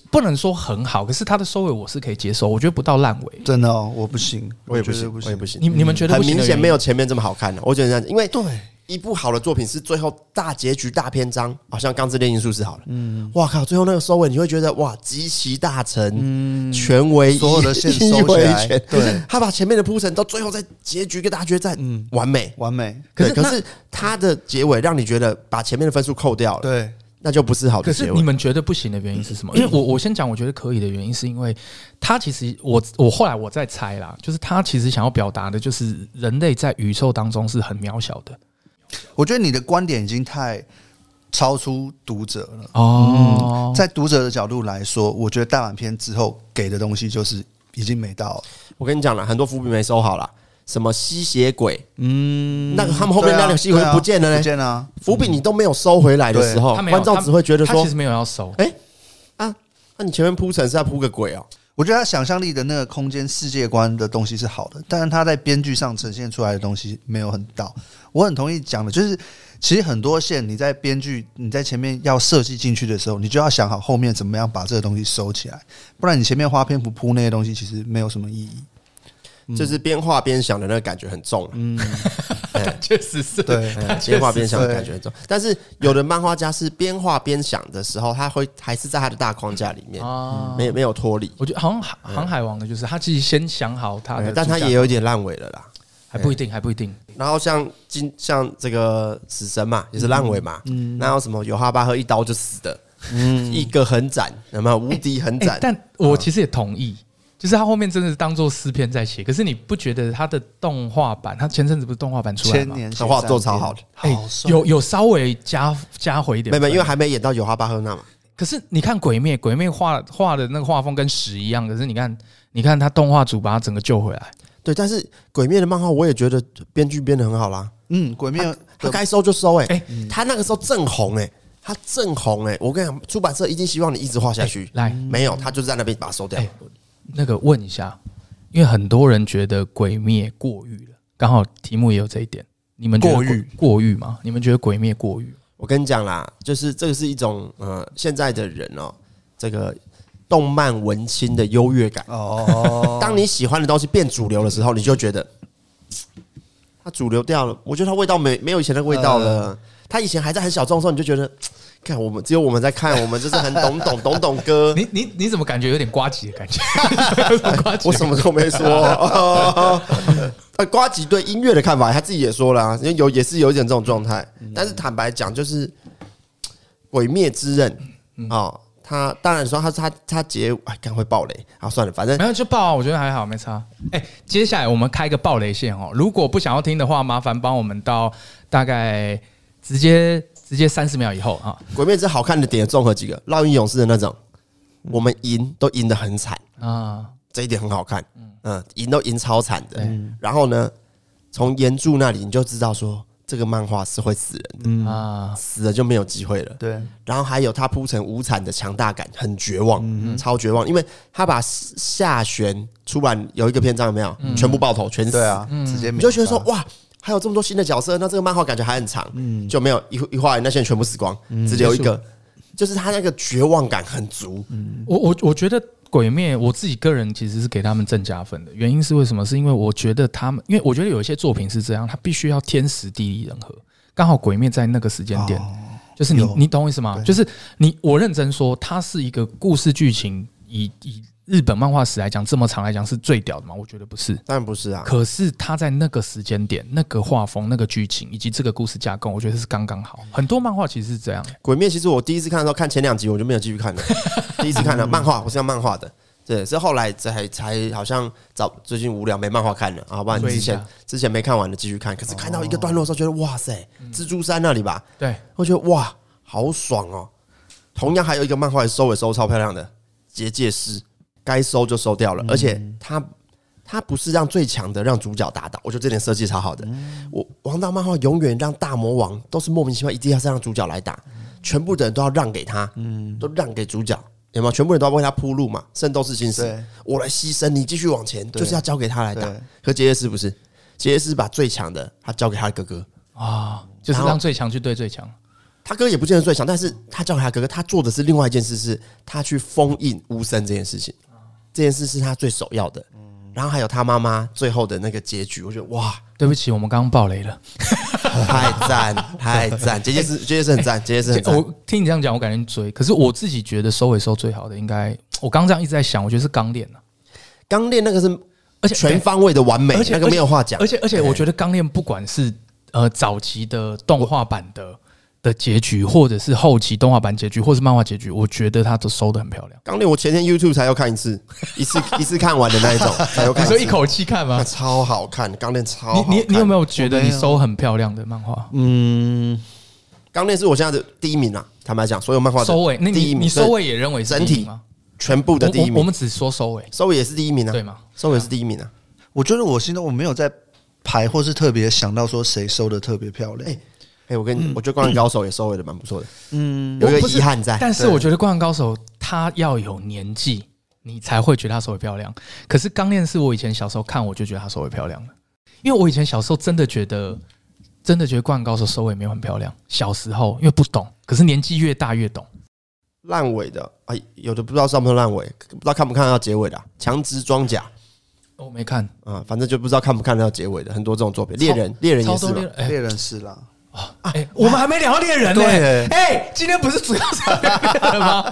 不能说很好，可是他的收尾我是可以接受，我觉得不到烂尾。
真的哦，我不行，
我也不
觉得
行，我也不行。
你你们觉得
嗯很
不行
明
的
显
原因
没有前面这么好看的，我觉得这样子，因为
对，
一部好的作品是最后大结局、大篇章，好像《钢之炼金术士》好了，嗯，哇靠，最后那个收尾你会觉得哇，集其大成，全为一
所有的线
一
收起
为
来
全就
对
是他把前面的铺陈到最后在结局跟大家决战，嗯，完美。
完美，
可
对
是
可
那
是他的结尾让你觉得把前面的分数扣掉了，
对，
那就不是好
可
的
是
结
你
尾。
们觉得不行的原因是什么？因为我我先讲，我觉得可以的原因是因为他其实我我后来我在猜啦，就是他其实想要表达的就是人类在宇宙当中是很渺小的，
我觉得你的观点已经太超出读者了。
哦，
在读者的角度来说，我觉得大阪篇之后给的东西就是已经没到了。
我跟你讲了，很多伏笔没收好了，什么吸血鬼，
嗯，
那个他们后面
对啊
那两吸血鬼
对啊
不见了
不
嘞，
见了啊。
伏笔你都没有收回来的时候，
他没有
观众
他
只会觉得
他
说
其实没有要 收，
啊，那你前面铺陈是要铺个鬼哦，
我觉得他想象力的那个空间世界观的东西是好的，但是他在编剧上呈现出来的东西没有很到。我很同意讲的，就是其实很多线你在编剧你在前面要设计进去的时候，你就要想好后面怎么样把这个东西收起来，不然你前面花篇幅铺那些东西，其实没有什么意义。
嗯
就是边画边想的那个感觉很重啊，
确实是，
对
嗯
确
边画
实
边想的
是
感觉很重。但是有的漫画家是边画边想的时候，他会还是在他的大框架里面，
啊，
没有没有脱离，
我觉得好像航航海王的就是他自己先想好他
嗯
的啊主角，
但他也有一点烂尾了啦。
还不一定，还不一定，
然后像今像这个死神嘛，也是烂尾嘛，
嗯
然后什么有哈巴赫一刀就死的，一个横斩，有没有无敌横
哎
斩？
嗯但我其实也同意。就是他后面真的是当做诗篇在写，可是你不觉得他的动画版，他前阵子不是动画版出来
千
吗？
年
他画哦做超好的，
哎
好帅
有有稍微加加回一点
没有，没
分，
有因为还没演到有哈巴赫那嘛，
可是你看鬼灭《鬼灭》，《画画的那个画风跟屎一样，可是你看，你看他动画组把它整个救回来，
对。但是鬼灭的漫画我也觉得编剧编的很好啦，
嗯，鬼灭
他
的
该收就收，哎
哎，
他那个时候正红，哎，他正红，哎，我跟你讲，出版社一定希望你一直画下去，
来
没有，他就在那边把它收掉
哎。那个问一下，因为很多人觉得《鬼灭》过誉了，刚好题目也有这一点，你们觉得
过誉
过誉吗？你们觉得《鬼灭》过誉？
我跟你讲啦，就是这个是一种呃，现在的人哦，这个动漫文青的优越感。
哦，
当你喜欢的东西变主流的时候，你就觉得嘖它主流掉了。我觉得它味道没没有以前那个味道了。它以前还在很小众的时候，你就觉得，嘖看我们只有我们在看，我们就是很懂懂懂懂歌。
你你你怎么感觉有点瓜吉的感 觉？有种瓜 吉
我什么都没说。哦呃，瓜吉对音乐的看法，他自己也说了、啊，因为有也是有一点这种状态。但是坦白讲，就是《嘖鬼灭之刃》哦，他当然说他他他结哎，刚会爆雷啊，算了，反正
没有就爆啊，我觉得还好，没差。哎、接下来我们开个爆雷线哦，如果不想要听的话，麻烦帮我们到大概直接直接三十秒以后啊。
《鬼灭之刃》好看的点综合几个，烙印勇士的那种，我们赢都赢得很惨，
啊，
这一点很好看，嗯，赢都赢超惨的。然后呢，从岩柱那里你就知道说，这个漫画是会死人的，
啊，
死了就没有机会了。
对，
然后还有他铺成无惨的强大感，很绝望，超绝望，因为他把下旋出版有一个篇章有没有，全部爆头，全死
对，啊，直接
你
你
就觉得说哇，还有这么嗯多新的角色，那这个漫画感觉还很长，就没有一一画那些人全部死光，只留一个，就是他那个绝望感很足，
我我我觉得《鬼灭》，我自己个人其实是给他们正加分的，原因是为什么？是因为我觉得他们，因为我觉得有一些作品是这样，它必须要天时地利人和，刚好《鬼灭》在那个时间点，就是你
哦有
你懂我意思吗？就是你我认真说，它是一个故事剧情以以日本漫画史来讲，这么长来讲是最屌的吗？我觉得不是。
当然不是啊，
可是他在那个时间点、那个画风、那个剧情以及这个故事架构，我觉得是刚刚
嗯
好。很多漫画其实是这样，
《鬼灭》其实我第一次看的时候，看前两集我就没有继续看了，第一次 看了漫画，我是看漫画的。对，是后来才才好像找最近无聊没漫画看了，啊，不然
追一
之前
下
之前没看完的继续看，可是看到一个段落的时候，觉得哇塞，
嗯
蜘蛛山那里吧，
对，
我觉得哇，好爽哦。同样还有一个漫画也收尾收得超漂亮的《结界师》，该收就收掉了，
嗯
而且他他不是让最强的让主角打倒，我觉得这点设计超好的。
嗯
我王道漫画永远让大魔王都是莫名其妙一定要是让主角来打，全部的人都要让给他，
嗯
都让给主角。有没有？全部人都要为他铺路嘛？圣斗士星矢
对，
我来牺牲，你继续往前，
对
就是要交给他来打
对。
可结界师不是，结界师把最强的他交给他的哥哥，
就是
然后
让最强去对最强。
他哥也不见得最强，但是他叫他哥哥，他做的是另外一件事，是他去封印巫生这件事情，这件事是他最首要的。然后还有他妈妈最后的那个结局，我觉得哇，
对不起，我们刚刚爆雷了。
太 赞太赞！结界是结界是很赞，结界是很赞。
我听你这样讲，我感觉追。可是我自己觉得收尾收最好的，应该我刚刚这样一直在想，我觉得是钢炼啊，
刚练那个是
而且
全方位的完美
而，且
那个没有话讲
而。且而且，
对
我觉得钢炼不管是呃早期的动画版的的结局，或者是后期动画版结局，或是漫画结局，我觉得它都收的很漂亮。
刚练我前天 YouTube 才要看一次，一次 一次看完的那一 种，才要看
你
次。
说一口气看
那
吗？
超好看，钢炼超好
你你你有没
有？
有觉得
我
你
没有
收很漂亮的漫画？
嗯，钢炼是我现在的第一名啦。坦白讲，所有漫画的
收尾，那
第
你
一名，
你收尾也认为是
整
第一
体
名吗？
全部的第一
我我我
名，
们只说收尾，
收尾也是第一名啊
对，吗？
收尾是第一名啊。
我觉得我心中我没有在排，或是特别想到说谁收的特别漂亮。
哎，我跟你，我觉得《灌篮高手》也收尾的蛮不错的，嗯，有一个遗憾在，
但嗯是
对
我觉得《灌篮高手》它要有年纪，你才会觉得它手尾漂亮。可是《钢炼》是我以前小时候看，我就觉得它手尾漂亮了，因为我以前小时候真的觉得，真的觉得《灌篮高手》收尾没有很漂亮。小时候因为不懂，可是年纪越大越懂。
烂尾的，哎，有的不知道算不算烂尾，不知道看不看得到结尾的啊，《强殖装甲》
哦我没看
啊，反正就不知道看不看得到结尾的，很多这种作品，《猎人》猎人
超
也是
多
嘛
猎，人，哎
猎人是啦，
哎，我们还没聊到猎人呢。
对
哎，今天不是主要是聊猎人 吗？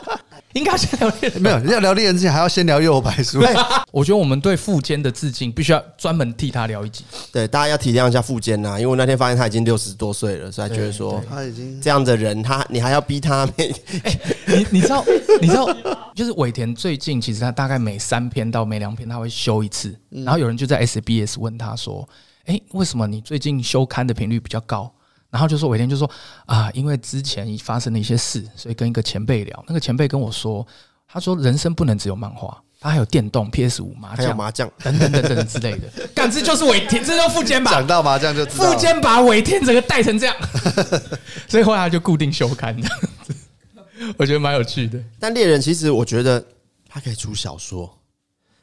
应该先聊猎人。
没有要聊猎人之前还要先聊右白书。
我觉得我们对富坚的致敬，必须要专门替他聊一集。
对，大家要体谅一下富坚呐，啊因为我那天发现他已经六十多岁了，所以他觉得说
他已经
这样的人，他你还要逼他， 每
你你知 道，你知道，就是尾田最近其实他大概每三篇到每两篇他会修一次，然后有人就在 SBS 问他说：“哎、为什么你最近修刊的频率比较高？”然后就说尾田就说：“啊，因为之前发生了一些事，所以跟一个前辈聊，那个前辈跟我说，他说人生不能只有漫画，他还有电动、PS 五、麻
还有
将
麻将，
等等等等之类的。 干，这就是尾田，这就是富坚吧？
讲到麻将就知道
富
了。
坚把尾田整个带成这 样，所以后来他就固定休刊这样子，我觉得蛮有趣的。
但猎人其实我觉得他可以出小说，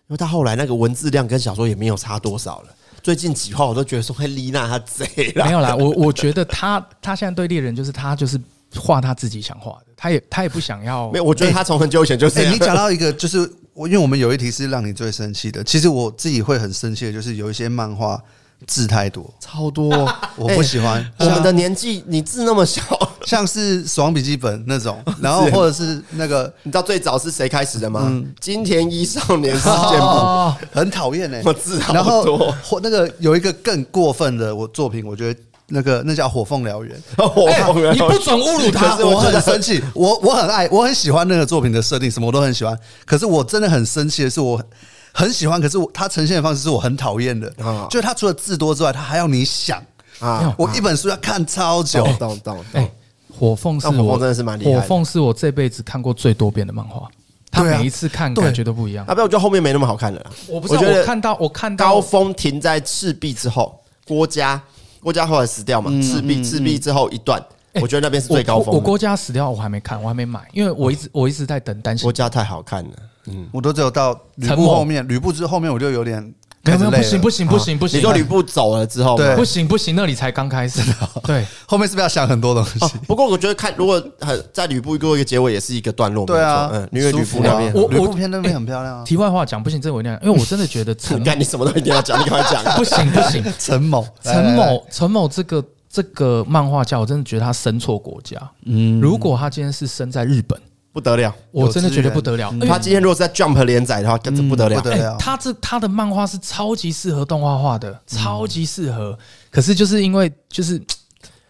因为他后来那个文字量跟小说也没有差多少了。最近几话我都觉得说，嘿，丽娜她贼
没
了，
有啦，我我觉得他他现在对猎人就是他就是画他自己想画的，他也他也不想 要
没有，我觉得他从很久以前就是这
哎、
样
你讲到一个，就是我，因为我们有一题是让你最生气的。其实我自己会很生气的，就是有一些漫画字太多，
超 多哦，
我不喜欢。
我们的年纪，你字那么小，
像是《死亡笔记本》那 种，然后或者是那个
你知道最早是谁开始的吗？
嗯
金田一少年事件 簿，
哦，
很讨厌哎
我，字
然
好
后
多，
或那个有一个更过分的我作品，我觉得那个那叫《火凤燎原》，
我
哎你不准侮辱
他
他，
我
觉得
很生气，我我很爱，我很喜欢那个作品的设定，什么我都很喜欢。可是我真的很生气的是，我很很喜欢，可是我它呈现的方式是我很讨厌的
啊，
就是它除了字多之外，它还要你想。
啊，
我一本书要看超久，
懂懂懂
哎、火凤是
那火
我
凤真的是蛮厉害的
火凤是我这辈子看过最多遍的漫画，他
对啊
每一次看
对
感觉都不一样。
啊，不，我觉得后面没那么好看了啦。
我不知道，
觉
我
得
看到我看到
高峰停在赤壁之后，郭嘉郭嘉后来死掉嘛，赤壁赤壁之后一段，我觉得那边是最高
哎我
峰
我郭
的。
嘉死掉，我还没看，我还没买，因为我一直我一直在等单行
郭嘉太好看了，嗯，
我都只有到吕
沉
布
默
后面，吕布之后面我就有点
没
开
有
始
没有，
累
不行不
了。
行不行不
啊
行，哎
你说吕布走了之后嘛，
对
不行不行，那里才刚开始。 对，
后面是不是要想很多东
哦
西？
不过我觉得看如果很在吕布做一个结尾也是一个段落，
对啊
没有错嗯，因为吕
舒
布
服啊
那边，
我
吕
我
布片那边很漂亮啊。
题外话讲，不行，这我一定要，因为我真的觉得 陈
你看你什么都一定要讲，你赶快讲。
不行不 行，
陈某，哎来
陈，
来来
某陈某这个这个漫画家，我真的觉得他生错国家。嗯，如果他今天是生在日本，
不得了，
我真的觉得不得了。因为
他今天如果是在 Jump 连载的话，这不得了
嗯不。得
哎
了。
他这他的漫画是超级适合动画画
嗯
的，超级适合。可是就是因为就是，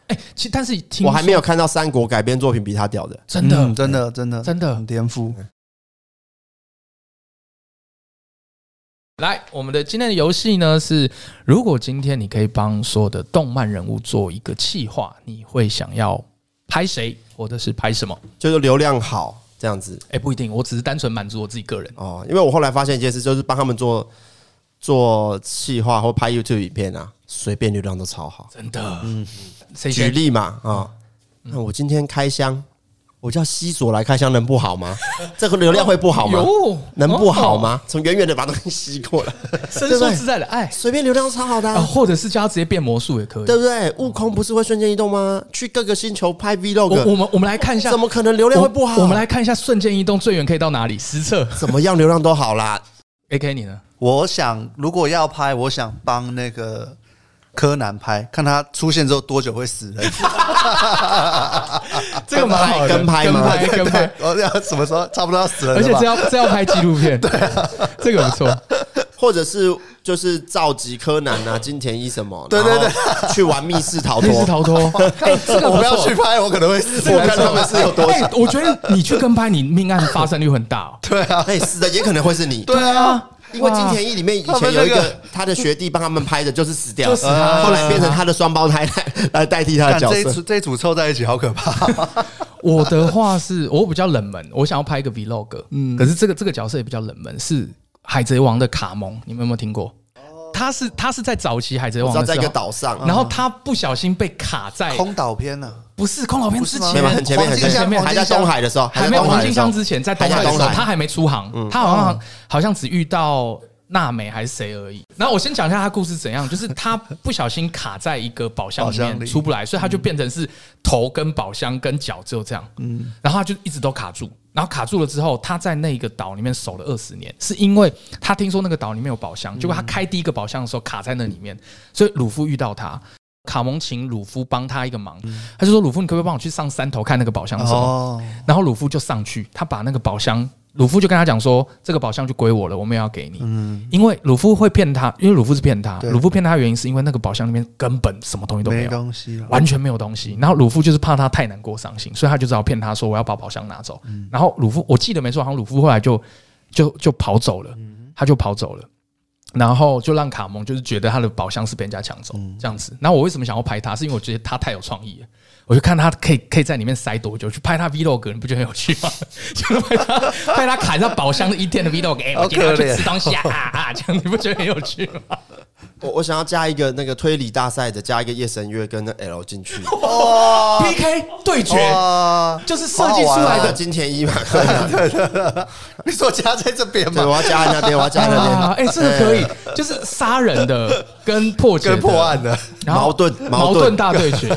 哎，其但是听
我还没
有
有看到三国改编作品比他屌的。
真的
嗯真的，真的，
真的
很颠覆。
来，我们的今天的游戏呢是，如果今天你可以帮所有的动漫人物做一个企划，你会想要拍谁，或者是拍什么？
就是流量好这样子
哎、不一定，我只是单纯满足我自己个人。
哦。因为我后来发现一件事，就是帮他们做做企划或拍 YouTube 影片啊，随便流量都超好。
真的，嗯，谁
举
先
例嘛啊、那我今天开箱，我叫西索来开箱，能不好吗？ 这个流量会不好吗？
有
能不好吗？从远远的把东西吸过来，
伸
对不
缩
对
自在的爱
随便流量超好的啊、
啊，或者是叫他直接变魔术也可以
对。不对？悟空不是会瞬间移动吗？去各个星球拍
我我
Vlog，
们我们来看一下，
怎么可能流量会不好？
我？我们来看一下瞬间移动最远可以到哪里？实测
怎么样流量都好啦，
A K 你呢？
我想，如果要拍，我想帮那个柯南拍，看他出现之后多久会死人。
这个蛮好的，
跟拍
跟
吗
拍跟拍，
我要什么时候差不多要死人了吧？
而且这要这要拍纪录片，对，这个不错。
或者是就是召集柯南 啊、金田一什么，
对对对
对，去玩 密室逃脱
密。室逃脱，哎，这 个
我
不
不
错
要去拍，我可能会死。
我看他们是有多
哎，我觉得你去跟拍，你命案发生率很 大哦。
对啊，
哎，死的也可能会是你，
对啊，
因为金田一里面以
他
前
们
有一
那个
个他的学弟帮他们拍的，就是死掉
就死他
了，后来变成他的双胞胎来来代替他的
看
角
这一
色
组。这一组凑在一起好可怕。
我的话是我比较冷门，我想要拍一个 vlog，嗯，可是这个这个角色也比较冷门，是《海贼王》的卡蒙，你们有没有听过？他是他是在早期《海贼
哦我知
王
道》在
的
一
时
个
候，
岛上，
然后他不小心被卡在
空岛片呢？
不是空老片
不
之
是吗
前
没有很前面
黄
很
金
前
前
面，
面
还在东海的时候，哦
还没
在
有
东
黄
海
金
的时候
箱之前，在东海
还
的
在
时
东
候，
海
他还没出航，他好像好像只遇到娜美还是谁而已。然后我先讲一下他故事怎样，就是他不小心卡在一个宝箱里
宝箱
面
里
出不来，所以他就变成是头跟宝箱跟脚只有这样，嗯，然后他就一直都卡住。然后卡住了之后，他在那个岛里面守了二十年，是因为他听说那个岛里面有宝箱，结果他开第一个宝箱的时候卡在那里面，所以鲁夫遇到他，卡蒙请鲁夫帮他一个忙，他就说：“鲁夫，你可不可以帮我去上山头看那个宝箱是什么？”
哦，
然后鲁夫就上去，他把那个宝箱，鲁夫就跟他讲说，这个宝箱就归我了，我没有要给你。因为鲁夫会骗他，因为鲁夫是骗他，
嗯对
鲁夫骗他的原因是因为那个宝箱里面根本什么东西都没
没
有。
东西了。
完全没有东西。然后鲁夫就是怕他太难过伤心，所以他就只好骗他说我要把宝箱拿走。然后鲁夫我记得没错，好像鲁夫后来就就就跑走了，他就跑走了。然后就让卡蒙就是觉得他的宝箱是被人家抢走这样子。然后我为什么想要拍他，是因为我觉得他太有创意了。我就看他可以可以在里面塞多久，去拍他 vlog，你不觉得很有趣吗？ 就是拍他拍他砍在宝箱的一天的 vlog，哎、我今天要去吃东西啊啊啊！这样你不觉得很有趣吗？
我我想要加一个那个推理大赛的，加一个夜神月跟那 L 进 去，
PK 对决
哇，
就是设计出来
还有
的
啊金田一嘛， 啊
你说加在这边
对，
吗？
我要加在那边，我要加在
啊
那，
哎、
边，
这个可以，就是杀人的跟破解的
跟破案，的，
然后
矛盾
矛
矛盾
盾大 对决，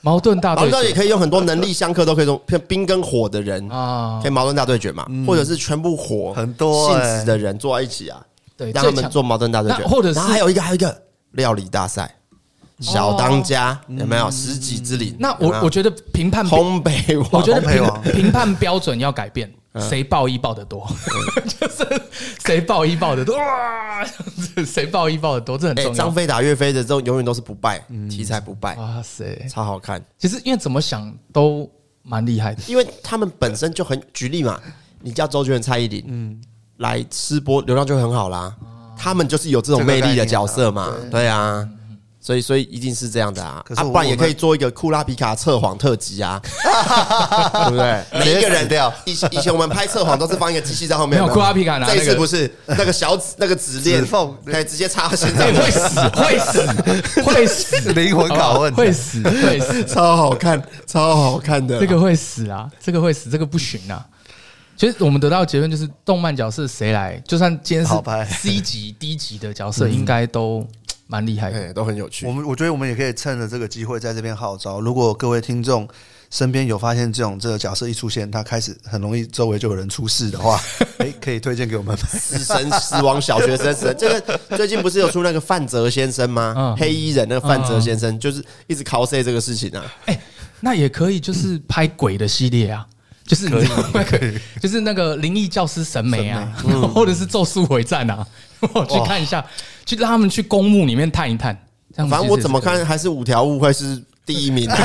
矛盾大
矛
对
盾也
决
可以用很多能力相克，都可以用像冰跟火的人，
啊
可以，矛盾大对决嘛，或者是全部火
很多
性
欸
质的人坐在一起啊，
对，
让他
最
们
强
做矛盾大对决，
那或者是
然后还有一个还有一个料理大赛，小当家有没有十几之灵？
哦嗯那
有没
我
有
我觉得评判标，
烘焙王，
我觉得
烘焙王
评评判标准要改变，
嗯
谁报一报的多， 就是谁报一报的多，哇， 这样子谁报一报的多，这很
哎，
重
张
要。
飞打岳飞的这种永远都是不败，
嗯
题材不败，
哇塞，
超好看。
其实因为怎么想都蛮厉害的，
因为他们本身就很举例嘛，你叫周杰伦、蔡依林，嗯，来吃播流量就很好啦。他们就是有这种魅力的角色嘛，对啊。所以，所以一定是这样的啊，
可是
啊，
我
不然也可以做一个库拉皮卡测谎特辑啊， 对不对？每一个人掉。以以前我们拍测谎都是放一个机器在后面，
没有库拉皮卡拿
这一
那
次
个
不是那个小指那个指链
指缝
可以直接插到心
哎
脏，
会死会死 会死，
灵魂拷问
会死会死。
超好看，超好看的。
这个会死啊，这个会死，这个不行啊。其实我们得到的结论就是，动漫角色谁来，就算今天是
好拍
C 级、D 级的角
嗯
色，应该都蛮厉害的。
哎都很有趣
我。们我觉得我们也可以趁着这个机会在这边号召，如果各位听众身边有发现这种这个角色一出现，他开始很容易周围就有人出事 的话，哎、可以推荐给我们买。
死神、死亡小学生、死神，这个最近不是有出那个范泽先生吗？
嗯
黑衣人那个范泽先生，就是一直 cos 这个事情啊。
哎，那也可以，就是拍鬼的系列啊，就是你知道那个，就是那个灵异教师审美啊，或
嗯
者是咒术回战啊， 我去看一下，去让他们去公墓里面探一探。这样子
反正
其实
我
也是
怎么
可以
看还是五条悟会是第一名、啊，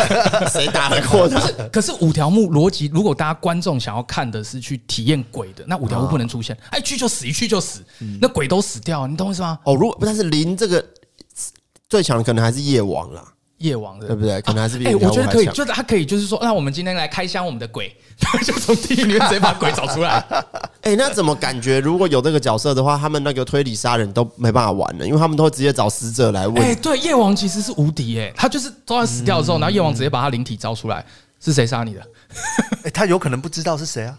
谁打得过他？
可是五条目逻辑，如果大家观众想要看的是去体验鬼的，那五条目不能出现，哎，去就死，一去就死，
嗯
那鬼都死掉，你懂我意思吗？
哦，如果但是零这个最强的可能还是夜王啦，
夜王的，
对不对？可能还是比
哎、
五条
我
悟
觉得
还
可以，
强。
就是他可以，就是说，那我们今天来开箱我们的鬼， 就从地狱里面直接把鬼找 出来。
哎，那怎么感觉如果有这个角色的话，他们那个推理杀人都没办法玩了，因为他们都会直接找死者来
哎、
问。
对，夜王其实是无敌哎、他就是都要死掉之
嗯
后，然后夜王直接把他灵体招出来，是谁杀你的？
哎、他有可能不知道是谁啊？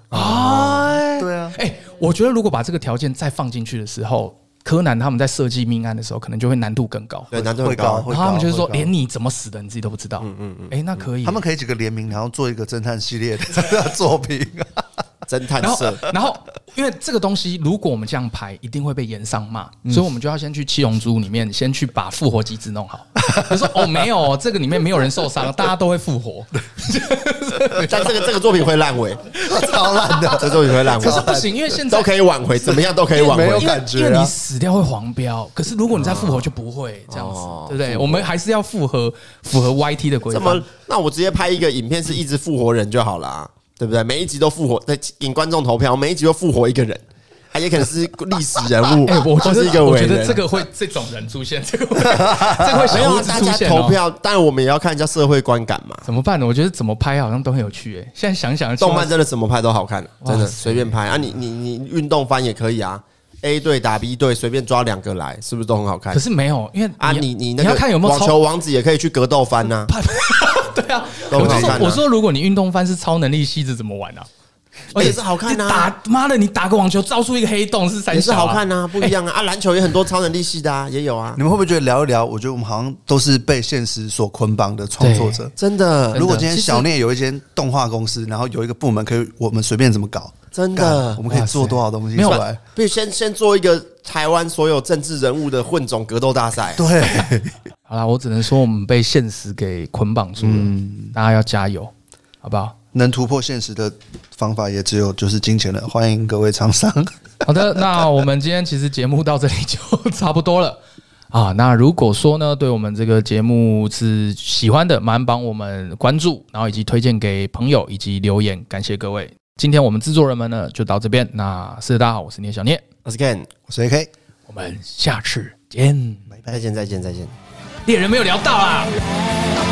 哎，
对啊，
哎、我觉得如果把这个条件再放进去的时候，柯南他们在设计命案的时候，可能就会难度更高。
对，难度
会
很高
高，
啊。
会
然
高。
后他们就是说，
会高
连你怎么死的你自己都不知道。嗯嗯嗯。哎、那可以、
他们可以几个联名，然后做一个侦探系列的 作 品。
侦探
然后
社，
然后因为这个东西，如果我们
嗯
这样拍，一定会被延上骂，所以我们就要先去七龙珠里面先去把复活机制弄好， 我说哦，没有，这个里面没有人受伤，大家都会复活。
但这个这个作品会烂尾，
超烂的，
这个作品会烂尾
可，是不行，因为现 在
都可以挽回，怎么样都可以挽
没有
回。
因为
感觉啊
因为你死掉会黄标，可是如果你再复活就不会
哦
这样子，对不对？我们还是要符合符合 YT 的规
怎么
范。？
那我直接拍一个影片，是一直复活人就好啦，对不对？每一集都复活，在引观众投票，每一集都复活一个人，啊，也可能是历史人物，
哎、我觉
或是一
得
个
我
伟
觉得
人
这。个会这种人出现，这 个会这个会
没有
小
啊
屋子
大
出
家
现、
投
哦。
票，但我们也要看一下社会观感嘛。
怎么办呢？我觉得怎么拍好像都很有趣哎、现在想想，
动漫真的怎么拍都好看，真
哇
的
塞
随便拍啊！你你你运动番也可以啊，A 队打 B 队，随便抓两个来，是不是都很好看
可？是没有，因为
啊，你你那
你要
个
看有没有
网
超
球王子也可以去格斗番啊呐，
对啊，
都
我
很
就
好
说
看啊
我说，如果你运动番是超能力系，这怎么玩啊？
也是好看
你
啊，
打妈的，你打个网球照出一个黑洞是三
也是
小
好
啊
看 啊，不一样啊！啊，篮球也很多超能力系的啊，也有啊
你，们会不会觉得聊一聊？我觉得我们好像都是被现实所捆绑的创作者。
真的
如果今天
其实
小聂有一间动画公司，然后有一个部门可以我们随便怎么搞，
真
干
的
我，们可以做多少东西
没有
出来？
必须先先做一个台湾所有政治人物的混种格斗大赛，
对，
好啦，我只能说我们被现实给捆绑住了，
嗯
大家要加油，好不好？
能突破现实的方法也只有就是金钱了。欢迎各位厂商，
好的，那我们今天其实节目到这里就差不多了。 啊，那如果说呢，对我们这个节目是喜欢的，麻烦帮我们关注，然后以及推荐给朋友，以及留言，感谢各位。今天我们制作人们呢就到这边，那是大家好，我是聂小聂，
我是 Ken，
我是 AK，
我们下次见。
再见再见再见。
猎人没有聊到啊。
「